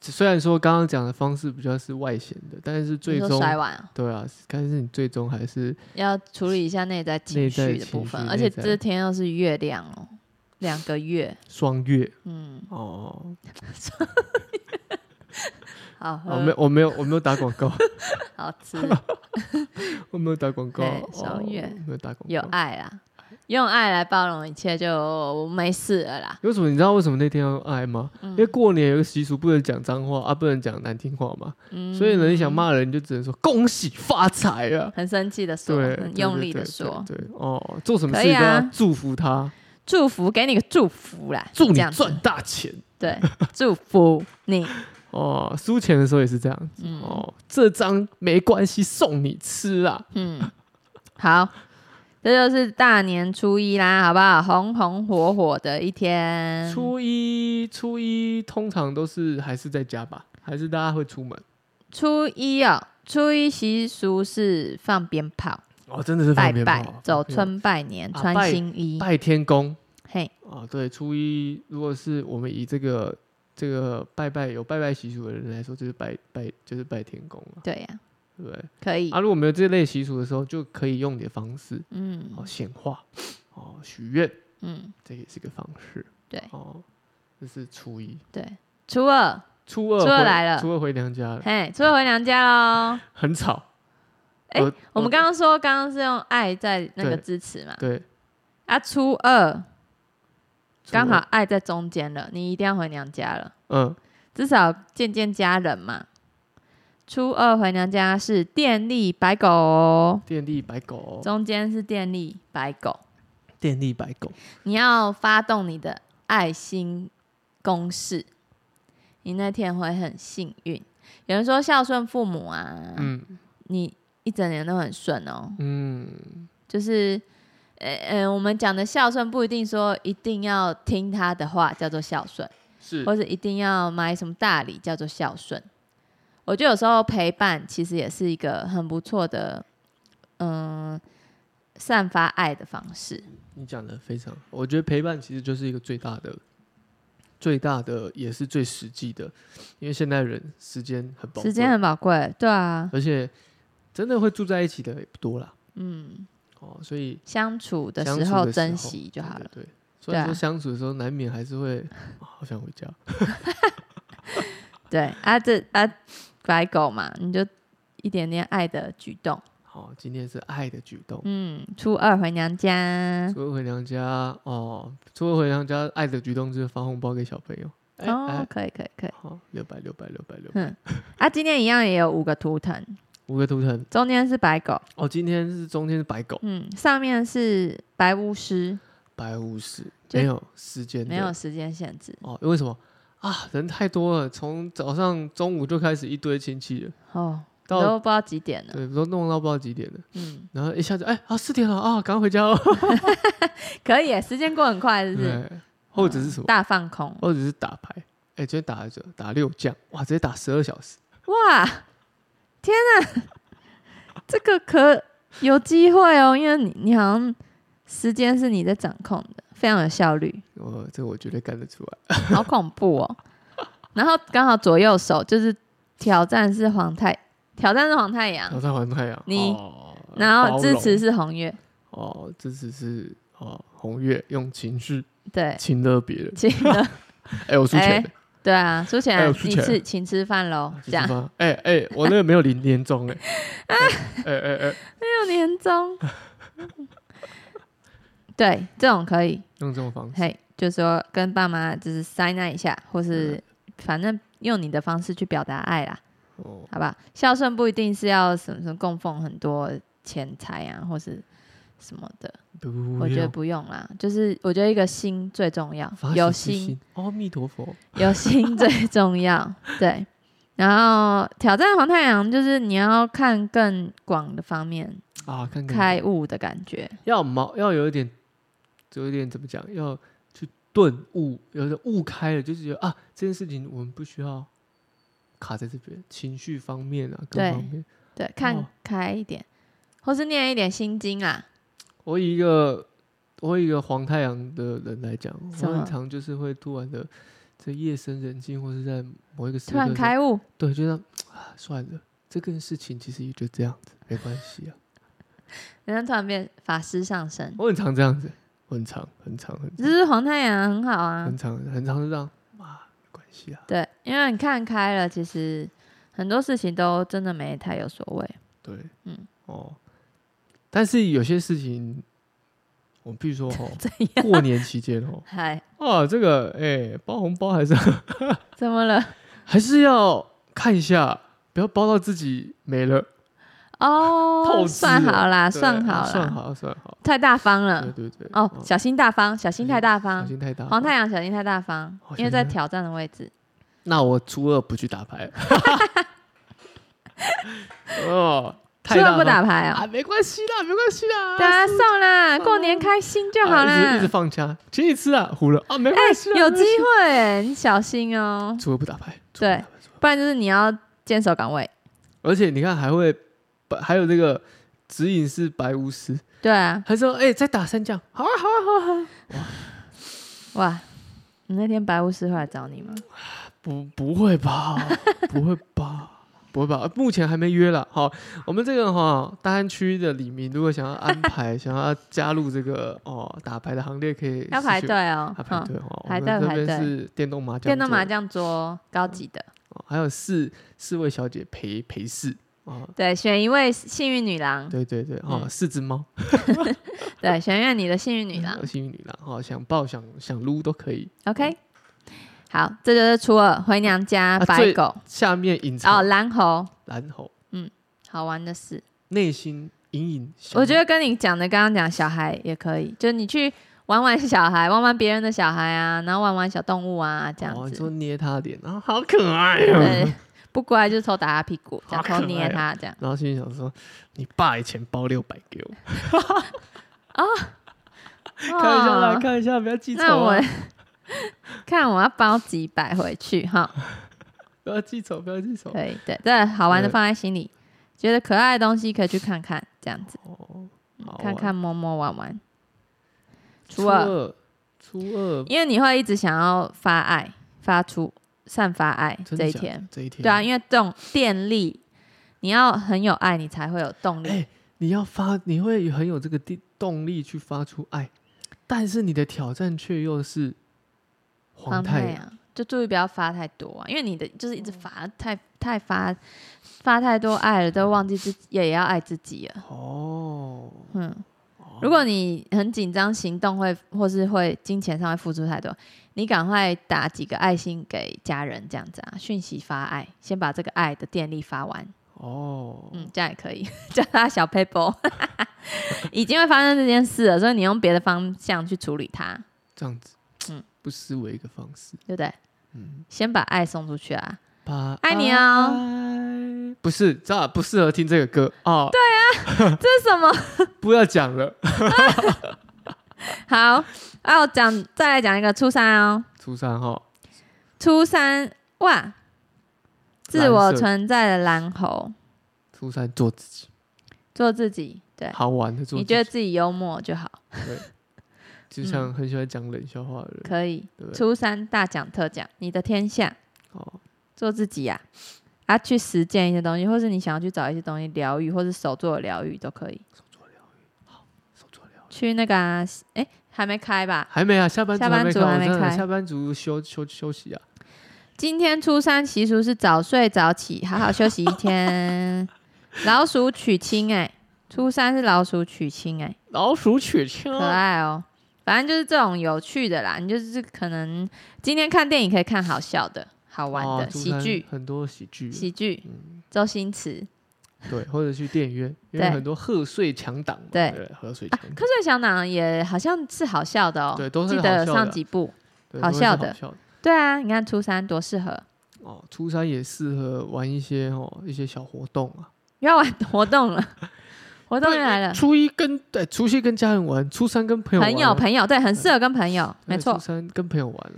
A: 只虽然说刚刚讲的方式比较是外显的，但是
B: 你
A: 最
B: 说
A: 终
B: 甩碗哦
A: 对啊，但是你最终还是
B: 要处理一下内在情
A: 内在
B: 绪的部
A: 情
B: 分，
A: 绪
B: 而
A: 内
B: 且
A: 在
B: 这天又是月亮哦，两个月，
A: 双月
B: 嗯，
A: 哦。
B: 好喝，
A: 哦我没有，我没有，我没有打广 告，
B: 好吃，
A: 我没有打广告
B: 对。双
A: 哦
B: 月
A: 没有打广告。
B: 有爱 啦，用爱来包容一切就没事了啦。
A: 为什么你知道为什么那天要用爱吗？
B: 嗯
A: 因为过年有个习俗，不能讲脏话啊，不能讲难听话嘛。
B: 嗯，
A: 所以呢，你想骂人，你就只能说恭喜发财啊。
B: 很生气的说，
A: 对，
B: 很
A: 对
B: 用
A: 对
B: 力的
A: 对
B: 说，
A: 对，对哦，做什么
B: 可
A: 事都
B: 以啊
A: 要祝福他，
B: 祝福，给你个祝福啦，
A: 祝你
B: 这样子
A: 赚大钱。
B: 对， 祝福你，
A: 哦，输钱的时候也是这样子。
B: 嗯
A: 哦，这张没关系，送你吃啊。
B: 嗯，好，这就是大年初一啦，好不好？红红火火的一天，
A: 初一，初一通常都是还是在家吧，还是大家会出门。
B: 初一哦，初一习俗是放鞭炮、
A: 哦，真的是
B: 拜
A: 放鞭
B: 拜
A: 炮、
B: 走
A: 放鞭炮
B: 春拜年、
A: 啊
B: 穿
A: 拜
B: 新衣。
A: 拜天公。
B: 嘿，
A: 啊，对，初一如果是我们以这个这个拜拜有拜拜习俗的人来说，就是拜拜就是拜天公了，
B: 对呀、
A: 对不对？
B: 可以，
A: 啊，如果没有这类习俗的时候，就可以用你的方式，
B: 嗯
A: 哦，显化，哦，许愿，
B: 嗯，
A: 这也是个方式，
B: 对
A: 哦，这是初一，
B: 对。初二，
A: 初二
B: 初二
A: 回
B: 来了
A: 初二回娘家 了，
B: 嘿，初二回娘家喽。
A: 很吵，
B: 哎
A: 呃
B: 我们
A: 呃
B: 刚刚说，刚刚是用爱在那个
A: 对
B: 支持嘛？
A: 呃对，
B: 啊，初二
A: 初
B: 刚好
A: 二，
B: 爱在中间了，你一定要回娘家了，
A: 嗯，
B: 至少见见家人嘛。初二回娘家是电力白狗哦、
A: 电力白狗，
B: 中间是电力白狗。
A: 电力白狗，
B: 你要发动你的爱心攻势，你那天会很幸运。有人说孝顺父母啊，
A: 嗯
B: 你一整年都很顺哦。
A: 嗯，
B: 就是，呃呃，我们讲的孝顺不一定说一定要听他的话叫做孝顺，
A: 是
B: 或者一定要买什么大礼叫做孝顺。我觉得有时候陪伴其实也是一个很不错的，嗯，散发爱的方式。
A: 你讲的非常，我觉得陪伴其实就是一个最大的、最大的也是最实际的，因为现代人时间很宝贵，
B: 时间很宝贵，对啊，
A: 而且真的会住在一起的也不多啦。
B: 嗯。
A: 哦，所以
B: 相处的
A: 相
B: 时
A: 处
B: 候
A: 的时
B: 珍
A: 候
B: 惜就
A: 对
B: 好了。
A: 对对，所以
B: 对
A: 说
B: 啊
A: 相处的时候难免还是会、啊好想回家。
B: 对啊，这啊白狗嘛，你就一点点爱的举动。
A: 好、今天是爱的举动。
B: 嗯，初二回娘家，
A: 初二回娘家哦，初二回娘家，爱的举动就是发红包给小朋友。哎、
B: 哦
A: 哎，，
B: 可以可以可以。
A: 好，六百六百六百六百，
B: 嗯，啊，今天一样也有五个图腾，
A: 五个图腾。
B: 中间是白狗，
A: 哦，今天是中间是白狗，
B: 嗯，上面是白巫师，
A: 白巫师，
B: 就
A: 没有时间的，
B: 没有时间限制。
A: 哦，为什么啊？人太多了，从早上中午就开始一堆亲戚了，
B: 哦，
A: 到
B: 都不知道几点了。
A: 对，都弄到不知道几点了，
B: 嗯，
A: 然后一下子哎啊四点了啊，赶快回家哦。
B: 可以耶，时间过很快，是不是？
A: 对，或者是什么？
B: 大放空，
A: 或者是打牌？哎，今天打了打六将，哇，直接打十二小时，
B: 哇，天啊，这个可有机会哦，因为你你好像时间是你在掌控的，非常有效率，
A: 我这我绝对干得出来。
B: 好恐怖哦。然后刚好左右手就是挑战是黄太，挑战是黄太
A: 然后
B: 阳，
A: 还太阳，
B: 啊你
A: 哦
B: 然后支持
A: 包容
B: 是红月，
A: 哦，支持是哦红月用情绪
B: 对，
A: 亲了别人，
B: 亲的，
A: 哎，我输钱
B: 哎
A: 了，
B: 对啊，苏浅
A: 还有
B: 然，
A: 苏
B: 你
A: 浅
B: 吃请吃饭喽，
A: 就是
B: 这样啊
A: 说哎哎，我那个没有领年终 哎，哎哎哎，
B: 没有年终， 对，这种可以，
A: 用这种方式，
B: 嘿，就说跟爸妈就是塞那一下，或
A: 嗯
B: 是反正用你的方式去表达爱啦，
A: 哦，
B: 好吧？孝顺不一定是要什么什么供奉很多钱财啊，或是什么的，
A: 不
B: 我觉得
A: 用
B: 不用啦。就是我觉得一个心最重要
A: 发，
B: 有
A: 起之
B: 心
A: 心，阿弥陀佛，
B: 有心最重要。对，然后挑战黄太阳就是你要看更广的方面，
A: 啊，看看
B: 开悟的感觉。
A: 要毛要有一点，有一点怎么讲，要去顿悟，有点悟开了，就是觉得啊，这件事情我们不需要卡在这边，情绪方面啊，各
B: 对
A: 方面。
B: 对，看开一点，或是念一点心经啊。
A: 我以一个我以一个黄太阳的人来讲，我
B: 什么
A: 很常就是会突然的在夜深人静，或是在某一个时
B: 突
A: 刻
B: 然
A: 就，
B: 开悟，
A: 对，就像啊，算了，这件事情其实也就这样子，没关系啊。
B: 人家突然变法师上身，
A: 我很常这样子，我很常很常很
B: 这是黄太阳很好啊
A: 很。常很常是这样，啊，没关系啊，
B: 对，因为你看开了，其实很多事情都真的没太有所 谓。
A: 对，
B: 嗯，
A: 哦，但是有些事情，我必须
B: ，
A: 说哦
B: 怎
A: 过年期间哦，
B: 嗨，
A: 啊，这个哎、包红包还是
B: 怎么了？
A: 还是要看一下，不要包到自己没了，透
B: 哦，
A: 支
B: 算
A: 了
B: 好啦，
A: 对
B: 算好
A: 要
B: 啦，
A: 算好，要算好，
B: 太大方
A: 对
B: 了。
A: 对对，嗯
B: 哦，小心大方，小心太大
A: 小
B: 方。
A: 心太大，
B: 黄太阳，小心太大方
A: 好，
B: 因为在
A: 小心太啊
B: 挑战的位置。
A: 那我初二不去打牌， 哦，太
B: 初
A: 大
B: 二不
A: 方
B: 打牌
A: 啊，
B: 哦，
A: 没关系啦，没关系啦，
B: 对啊，送啦，
A: 送
B: 过年开心就好
A: 啊一直一直
B: 啦。
A: 放假，请你吃啊，糊了啊，没
B: 哎
A: 关系啦，
B: 有
A: 没关
B: 机
A: 系
B: 会欸，你小心哦。
A: 初二不打牌，初二
B: 对
A: 不打牌，初二
B: 不然就是你要坚守岗位。
A: 而且你看还会，把还有这个指引是白巫师，
B: 对啊，
A: 他说哎、再打三将，好啊好啊好啊好啊，
B: 哇，你那天白巫师会来找你吗？
A: 不不会 吧，不会吧。不会吧？呃目前还没约了。好，我们这个哈大安区的李明，如果想要安排、 想要加入这个哦打牌的行列，可以
B: 要
A: 私
B: 排
A: 讯
B: 队哦
A: 还，排
B: 嗯，
A: 队哦，
B: 排队
A: 我们
B: 排
A: 这边
B: 队
A: 是电动麻将桌，
B: 电动麻将桌高级的，
A: 哦，还有四四位小姐陪陪侍啊，哦
B: 对，选一位幸运女郎，
A: 对对对，哦，
B: 嗯
A: 四只猫，
B: 对，选一位你的幸运女郎
A: 呃幸运女郎，哦，想抱想想撸都可以。
B: ，OK。好，这就是初二回娘
A: 啊
B: 家白
A: 最
B: 狗
A: 下面隐
B: 哦，
A: 藏
B: 蓝猴
A: 蓝猴，
B: 好玩的事，
A: 内心隐隐想，
B: 我觉得跟你讲的刚刚讲小孩也可以，就是你去玩玩小孩，玩玩别人的小孩啊，然后玩玩小动物啊，这
A: 哦，
B: 样
A: 你
B: 子
A: 说，捏他的脸，啊，好可爱哦。
B: 对，不乖就偷打他屁股，这样
A: 好可爱
B: 偷捏
A: 哦
B: 他这样。
A: 然后心里想说，你爸以前包六百给我，开玩笑啦，
B: 哦
A: 开玩笑，不要记仇
B: 那我
A: 啊，
B: 看我要包几百回去哈。
A: 不要记仇，不要记仇。
B: 可以，对，这好玩的放在心里，觉得可爱的东西可以去看看，这样子
A: 哦，好
B: 嗯看
A: 玩
B: 看摸摸玩玩。初
A: 初
B: 二，
A: 二，初二
B: 因为你会一直想要发爱，发出散发爱
A: 真
B: 这
A: 的
B: 一
A: 假的
B: 天，
A: 这一天，
B: 对啊，因为动电力，你要很有爱，你才会有动力。
A: 哎、你要发，你会很有这个地动力去发出爱，但是你的挑战却又是黄太阳。嗯
B: 阳啊就注意不要发太多啊，因为你的就是一直发太太发发太多爱了，都忘记自己也要爱自己了。
A: 哦，
B: 嗯，如果你很紧张，行动会或是会金钱上会付出太多，你赶快打几个爱心给家人，这样子啊，讯息发爱，先把这个爱的电力发完，
A: 哦，
B: 嗯，这样也可以， 叫他小 paper，已经会发生这件事了，所以你用别的方向去处理它，
A: 这样子，
B: 嗯
A: 嗯，不失为一个方式。
B: 对不对？
A: 嗯，
B: 先把爱送出去啊，
A: 把
B: 爱你
A: 哦。不是，这样不适合听这个歌哦。对，
B: 这是什么？
A: 不要讲了。
B: 好，啊，我讲再来讲一个初三哦，
A: 初三哈，
B: 初三哇，自
A: 蓝
B: 我
A: 色
B: 存在的蓝猴，
A: 初三做自己，
B: 做自己，对。
A: 好玩的做
B: 你
A: 自己。
B: 觉得自己幽默就好，
A: 就像很喜欢讲冷笑话的人，
B: 可以。
A: 对不对？
B: 初三大奖特奖，你的天下，
A: 哦，
B: 做自己呀、啊，去实践一些东西，或是你想要去找一些东西疗愈，或是手做疗愈都可以。
A: 手作疗愈
B: 去那个啊，哎、还没开吧？
A: 还没啊，下班族
B: 下班
A: 还没
B: 族
A: 开，
B: 还
A: 我
B: 没
A: 真的
B: 开
A: 下班族休休休息啊。
B: 今天初三习俗是早睡早起，好好休息一 天。老鼠娶亲哎、初三是老鼠娶亲哎、
A: 老鼠娶啊亲
B: 可爱哦。反正就是这种有趣的啦，你就是可能今天看电影可以看好笑的、好玩
A: 哦
B: 的、
A: 中
B: 喜
A: 山
B: 剧、
A: 很多喜剧，
B: 喜剧
A: 嗯，
B: 周星驰，
A: 对，或者去电影院，因为
B: 对
A: 很多贺岁强档嘛，
B: 对
A: 对，贺岁
B: 啊
A: 强，
B: 瞌
A: 档，
B: 睡小囊也好像是好笑的哦，
A: 对都是
B: 记
A: 好
B: 得有
A: 笑
B: 上
A: 的
B: 几部，
A: 对
B: 好
A: 都会是
B: 笑
A: 好
B: 的
A: 笑的。
B: 对啊，你看初三多适合，
A: 哦，初三也适合玩一些哦一些小活动啊。
B: 又要玩活动了，活动又来了，
A: 初一跟对除夕跟家人玩，初三跟朋友玩
B: 嗯朋友
A: 啊
B: 朋友对，很适合跟朋友，
A: 对
B: 没
A: 初
B: 错，
A: 三跟朋友玩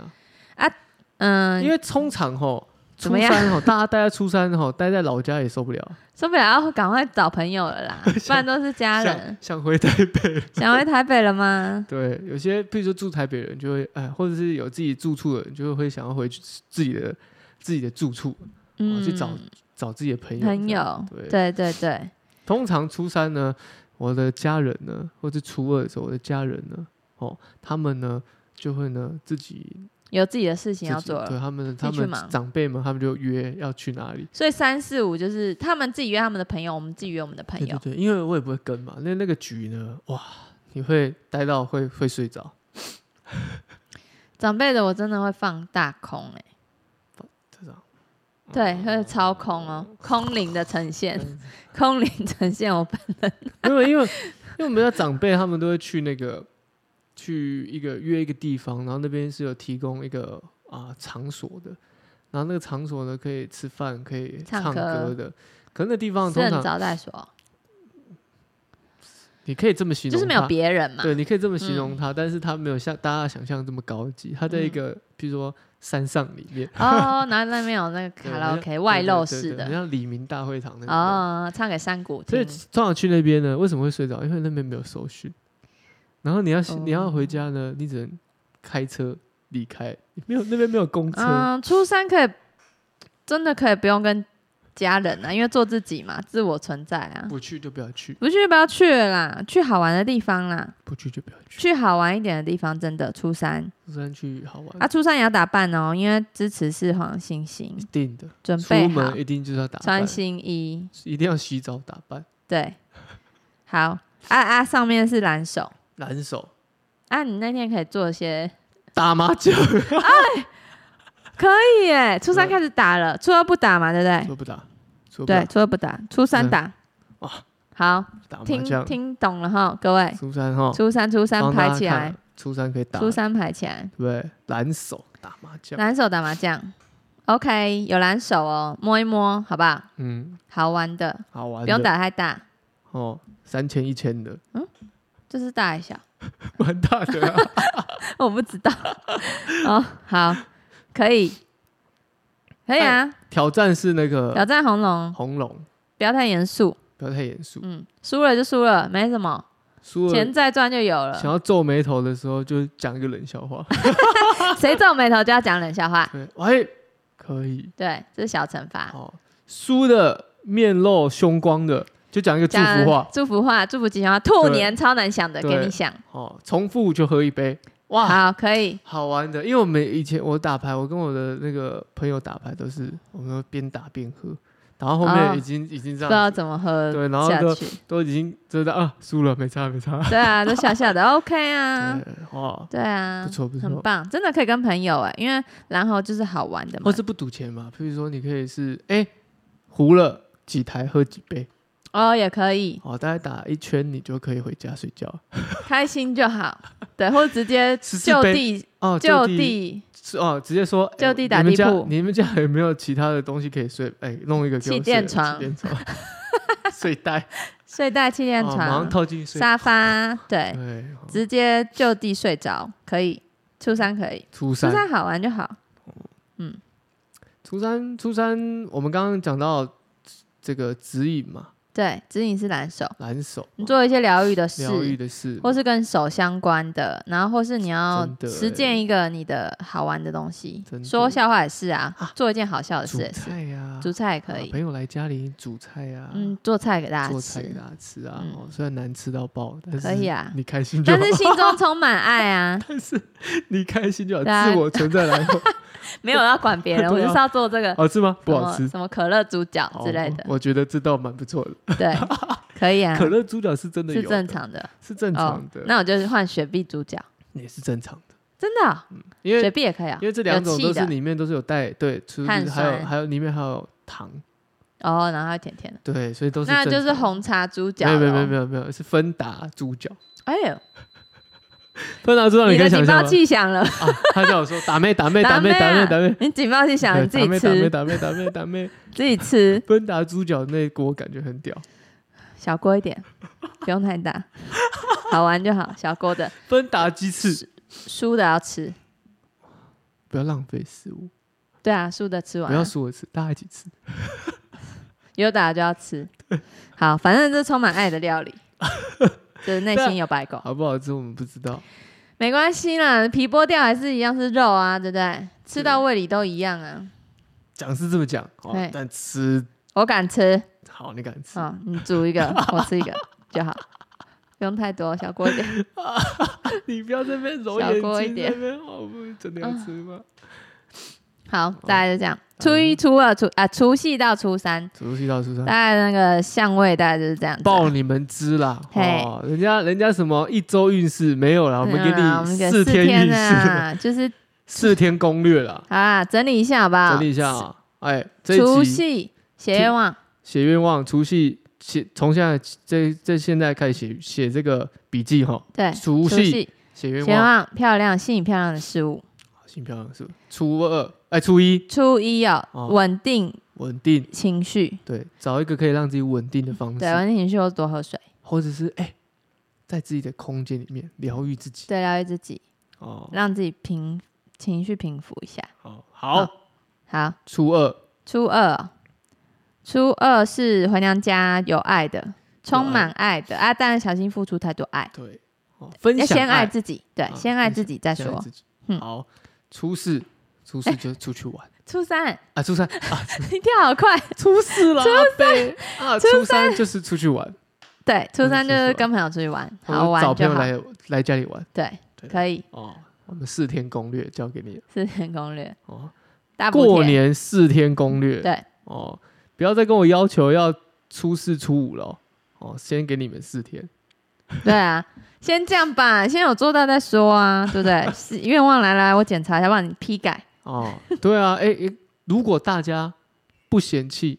A: 啊，因
B: 嗯，
A: 为通常吼
B: 怎
A: 初
B: 么样
A: 三吼 大家待在初三吼待在老家也受不了，
B: 受不了要赶快找朋友 了啦，不然啊都是家
A: 想
B: 人。
A: 想回台北。
B: 想回台北了 吗？
A: 对，有些譬如说住台北人就会哎，或者是有自己住处的人就会想要回去自己的自己的住处，
B: 嗯，
A: 哦去找找自己的朋友。
B: 朋
A: 这样
B: 友，
A: 对
B: 对对对，
A: 通常初三呢，我的家人呢，或是初二的时候，我的家人呢，哦，他们呢就会呢自己
B: 有自己的事
A: 自
B: 情
A: 己
B: 要做
A: 对
B: 了，
A: 他们
B: 自己
A: 他
B: 去
A: 们
B: 忙
A: 长辈们，他们就约要去哪里。
B: 所以三四五就是他们自己约他们的朋友，我们自己约我们的朋
A: 对
B: 友
A: 对，对，因为我也不会跟嘛，那那个局呢，哇，你会待到会会睡 着，
B: 长辈的我真的会放大空哎、
A: 这哦样。
B: 对，会超空哦，空灵的呈现，空灵呈现我本
A: 因为因为因为我们的长辈他们都会去那个去一个约一个地方，然后那边是有提供一个啊、场所的，然后那个场所呢可以吃饭，可以
B: 唱
A: 唱歌
B: 歌
A: 的。可是那地方
B: 是
A: 通
B: 很
A: 常
B: 招待所，
A: 你可以这么形
B: 就
A: 容它，
B: 是没有别人嘛。
A: 对，你可以这么形
B: 嗯
A: 容它，但是它没有像大家想象这么高级。它在一
B: 嗯
A: 个，譬如说山上里面，
B: 哦，然后那边有那个
A: 对
B: 卡
A: 很
B: 拉
A: 像
B: OK
A: 对
B: 外
A: 对对
B: 露式
A: 对很
B: 的，
A: 像李明大会堂那种。
B: 哦，唱给山谷
A: 所以
B: 听。
A: 通常去那边呢，为什么会睡着？因为那边没有搜讯，然后你要、你要
B: 哦
A: 回家呢，你只能开车离开，没有那边没有公车，
B: 嗯，初三可以真的可以不用跟家人啊，因为做自己嘛，自我存在啊。
A: 不去就不要去，
B: 不去不要去了啦，去好玩的地方啦，
A: 不去就不要去，
B: 去好玩一点的地方，真的初三
A: 不然去好玩，
B: 啊，初三也要打扮哦，因为支持是黄星星
A: 一，定的，
B: 准备
A: 出
B: 好
A: 门一定就是要打扮
B: 穿，新衣，
A: 一定要洗澡打扮，
B: 对，好啊啊，上面是蓝手
A: 蓝手
B: 啊，你那天可以做些，
A: 打麻将
B: 可以耶，初三
A: 对
B: 开始打了，初二不打嘛，对不对？
A: 说不打，说嗯不
B: 对，
A: 打嗯
B: 初二不打，初三打，
A: 哇，
B: 好，
A: 打麻
B: 听
A: 将，
B: 听懂了哈，各位，
A: 初三哈，
B: 初三初三
A: 哦帮
B: 排
A: 大家
B: 起
A: 看
B: 来，，
A: 初三可以打，
B: 初
A: 对
B: 三排起来，
A: 不对？蓝手打麻将，
B: 蓝手打麻将，OK，有蓝手哦，摸一摸，好不好？
A: 嗯，
B: 好玩的，
A: 好玩，
B: 不用，打太大，
A: 哦，三千一千的，
B: 就是大还小，
A: 蛮大的啊。
B: 我不知道。 哦，好，可以，可以啊，
A: 挑战是那
B: 挑
A: 个
B: 战红龙，
A: 红龙，
B: 不要太严肃，
A: 不要太严肃。
B: 嗯，输了就输了，没什么，
A: 输
B: 钱
A: 了
B: 再赚就有了
A: 想。要皱眉头的时候，就讲一个冷笑话。
B: 谁皱眉头就要讲冷笑话，
A: 对，喂，可以。
B: 对，这是小惩罚。
A: 好，输的面露凶光的，就讲一个祝福话。
B: 祝福话，祝福吉祥话，兔
A: 对
B: 年超难想的，给
A: 对
B: 你想。
A: 哦，重复就喝一杯。哇，
B: 好，可以，
A: 好玩的。因为我们以前我打牌，我跟我的那个朋友打牌都是，我们都边打边喝，然后后
B: 哦
A: 面已经、已经这
B: 不知道
A: 样子，
B: 怎么喝
A: 对然后
B: 下
A: 就
B: 去。
A: 都已经知道啊，输了没差没差。
B: 对啊，都小小的，OK 啊，
A: 对，哦，
B: 对啊，
A: 不错不错
B: 很棒，真的可以跟朋友哎，因为然后就是好玩的嘛
A: 或。是不赌钱嘛，譬如说你可以是哎、胡了几台喝几杯，
B: 哦，也可以，
A: 好，大概打一圈你就可以回家睡觉
B: 开心就好。对，或者 直接
A: 14
B: 就
A: 杯
B: 地
A: 哦，
B: 就
A: 地
B: 地
A: 哦，直接说哎
B: 就地打
A: 你们
B: 地
A: 家
B: 铺
A: 你们家有没有其他的东西可以睡？哎、弄一个给我
B: 气垫
A: 睡
B: 床
A: 气垫床 睡 袋，
B: 睡袋、气垫
A: 哦、马上
B: 床、
A: 套进睡
B: 沙发，对，
A: 对，哦
B: 直接就地睡着，可以。初三可以，
A: 初
B: 初
A: 三
B: 三好玩就好。
A: 初三初三，我们刚刚讲到这个指引嘛，
B: 对，指引是蓝手，
A: 蓝手
B: 你做一些疗愈的
A: 哦疗愈
B: 事，
A: 的事，
B: 嗯或是跟手相关的，然后或是你要
A: 真的欸
B: 实践一个你的好玩的东西
A: 真，的
B: 说笑话也是啊，做一件好笑的
A: 煮
B: 事也是。
A: 菜呀、
B: 煮菜也可
A: 啊
B: 以，
A: 朋友来家里煮菜呀、
B: 嗯，做菜给大家
A: 做菜给
B: 吃，
A: 大家吃啊，
B: 嗯
A: 哦虽然难吃到爆，但是
B: 可以啊
A: 你开心就
B: 但
A: 好，
B: 是心中充满爱啊，
A: 你开心就好，
B: 对啊
A: 自我存在来后，
B: 没有要管别人，我
A: 对啊
B: 就是要做这个
A: 好吃 吗？
B: 什
A: 不好
B: 么
A: 吃
B: 什么可乐猪脚之类
A: 哦
B: 的，
A: 我觉得这倒蛮不错的。
B: 对，可以啊，
A: 可乐猪脚是真的有
B: 是
A: 的，
B: 正常的
A: 是正
B: 哦
A: 常的，，
B: 那我就换雪碧猪脚，
A: 也是正常的，
B: 真的哦
A: 因为
B: 雪碧也可以啊
A: 因，为这两种
B: 有
A: 都
B: 气的
A: 是里面都是有带对，除
B: 碳
A: 还有
B: 酸
A: 还有里面还有糖，
B: 哦，然后它甜甜的，
A: 对，所以都是
B: 那
A: 正
B: 就是
A: 常的。
B: 红茶猪脚
A: 没
B: 咯。
A: 有没有没有没有没有，是芬达猪脚。
B: 哎呦，
A: 芬达猪脚，
B: 你
A: 可以
B: 的
A: 想
B: 警
A: 象
B: 报
A: 吗？
B: 器响了，
A: 啊，他叫我说打妹打妹打
B: 打
A: 妹
B: 妹
A: 打妹
B: 啊
A: 打妹，
B: 你警报器响了，
A: 对
B: 你自己
A: 打妹
B: 吃，
A: 打妹打妹打妹打妹。
B: 自己吃，
A: 芬达猪脚那锅感觉很屌。
B: 小锅一点，不用太大，好玩就好，小锅的，
A: 芬达鸡翅，
B: 酥的要吃，
A: 不要浪费食物，
B: 对啊，酥的吃完
A: 不
B: 啊、
A: 要说我吃，大家一起吃。
B: 有打就要吃。好，反正这充满爱的料 理，就是内心有白狗，
A: 好不好吃我们不知道，
B: 没关系啦，皮剥掉还是一样是肉啊，对不对？吃到胃里都一样啊，
A: 讲是这么讲，哦
B: 对
A: 但吃
B: 我敢吃，
A: 好你敢吃？
B: 嗯、你煮 一个，我吃一个就好，不用太多，小锅一点。
A: 你不要在那边揉
B: 小
A: 眼
B: 锅一
A: 睛，在
B: 点
A: 那边哦，不真的要吃吗？哦
B: 好，再来就这样，初一、初二、初啊，除夕到初三，
A: 除夕到初三，
B: 大概那个相位大概就是这样 子啊。
A: 爆你们知啦！
B: 嘿
A: 哦，人家人家什么一周运势没有啦，我们给
B: 嗯啊我们
A: 你
B: 给
A: 四天运势，
B: 啊，就是
A: 四天攻略啦，
B: 啊，整理一下好不好？
A: 整理一下啊。哎，这
B: 除
A: 一集
B: 夕写愿望，
A: 写愿望，除夕写，从现在这这现在开始写写这个笔记哈。
B: 对，
A: 除
B: 除
A: 夕
B: 夕
A: 写愿
B: 前
A: 望，
B: 往漂亮，吸引漂亮的事物。
A: 新漂亮是吧初二哎，初一
B: 初一哦，
A: 哦
B: 稳定
A: 稳定，
B: 情绪，
A: 对，找一个可以让自己稳定的方
B: 对，
A: 式，
B: 稳定情绪就是多喝水，
A: 或者是哎，在自己的空间里面疗愈自己
B: 对，疗愈自己，
A: 哦。
B: 让自己平情绪平复一下。
A: 好，好，
B: 好，
A: 初二
B: 初二哦，初二是回娘家，有爱的，充满爱的啊，但小心付出太多爱，
A: 对，哦分
B: 要
A: 享
B: 先爱
A: 爱，
B: 自己，对
A: 啊，
B: 先爱自己再
A: 先爱
B: 说
A: 自。己
B: 嗯哎
A: 好，初四，初四就出去玩
B: 初三，
A: 啊， 初三
B: 你跳好快，
A: 初四了，阿贝啊，初三就是出去玩，
B: 对，初三就
A: 出去
B: 是
A: 玩
B: 跟朋友出去玩，
A: 或
B: 好
A: 者找
B: 玩
A: 朋
B: 就
A: 友
B: 好，
A: 来来家里玩
B: 对
A: 对，
B: 可以
A: 哦。我们四天攻略交给你了
B: 四天攻略，
A: 哦。
B: 大补
A: 过
B: 贴
A: 年四天攻略，
B: 对
A: 哦，不要再跟我要求要初四初五了哦，哦先给你们四天，
B: 对啊，先这样吧，先有做到再说啊，对不对？是愿望来来，我检查一下，帮你批改。
A: 哦， 对啊，哎、诶如果大家不嫌弃，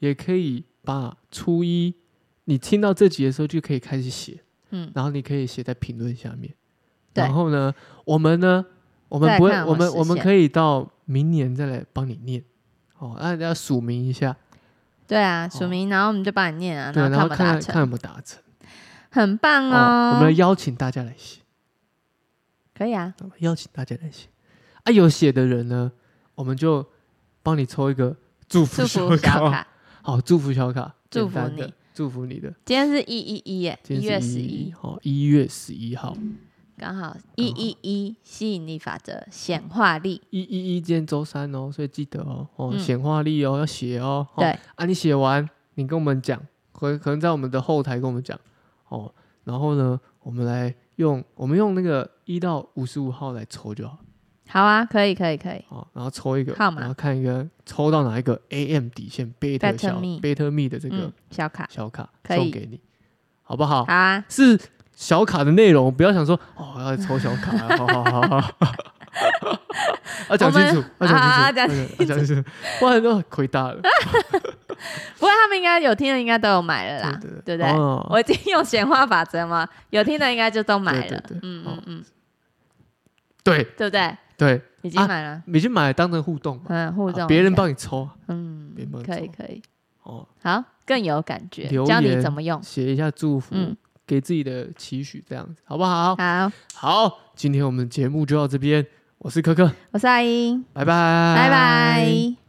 A: 也可以把初一你听到这集的时候就可以开始写，
B: 嗯，
A: 然后你可以写在评论下面。
B: 对
A: 然后呢，我们呢，我们
B: 再
A: 不会，
B: 看
A: 我们
B: 我实
A: 我们
B: 现
A: 可以到明年再来帮你念。哦，那要署名一下，
B: 对啊，
A: 哦
B: 署名，然后我们就帮你念啊，
A: 对，然后
B: 后看我们达
A: 看看有
B: 成，
A: 没有达成。
B: 很棒
A: 哦，我
B: 哦
A: 们，邀请大家来写，
B: 可以啊，
A: 好吧邀请大家来写。啊，有写的人呢，我们就帮你抽一个祝福
B: 祝福小
A: 卡。
B: 卡，
A: 好，祝福小卡，
B: 祝
A: 简单
B: 福
A: 的
B: 你，
A: 祝福你的。
B: 今天是一一一耶，
A: 今
B: 一月
A: 天是
B: 十
A: 一
B: 一，，
A: 好，一月十一号，
B: 刚好一一一吸引力法则显化力，
A: 一一一，今天周三哦，所以记得哦，哦，
B: 嗯
A: 显化力哦，要写哦。哦
B: 对，
A: 啊，你写完，你跟我们讲，可可能在我们的后台跟我们讲哦。然后呢，我们来用我们用那个一到五十五号来抽就好。
B: 好啊，可以可以可以，
A: 哦，然后抽一个
B: 号码
A: 然后看一个抽到哪一个 AM 底线 beta
B: Beta
A: 小
B: me
A: beta me 的这个
B: 嗯，小卡，
A: 小卡
B: 可以
A: 送给你，好不好？
B: 好啊，
A: 是小卡的内容，不要想说哦要抽小卡啊，好好好好好，要讲清楚，
B: 我
A: 要
B: 们啊
A: 讲
B: 啊
A: 清楚，要讲清楚，不然都亏大了，
B: 不过他们应该有听的应该都有买了啦，
A: 对
B: 对不对？
A: 哦，
B: 我已经用显化法 则嘛，有听的应该就都买
A: 对
B: 了
A: 对对，哦
B: 嗯
A: 好
B: 嗯嗯，
A: 对
B: 对不对？
A: 对，
B: 已经买了，
A: 你去买当成互动嘛，
B: 嗯，互动一
A: 啊
B: 下，
A: 别人帮你抽
B: 嗯
A: 别人帮你，
B: 可以
A: 做
B: 可以，
A: 哦，
B: 好，更有感觉
A: 留，
B: 教你
A: 言
B: 怎么用，
A: 写一下祝福，
B: 嗯，
A: 给自己的期许，这样子好不嗯好？
B: 好，
A: 好，今天我们节目就到这边，我是可可，
B: 我是阿英，
A: 拜拜，
B: 拜拜。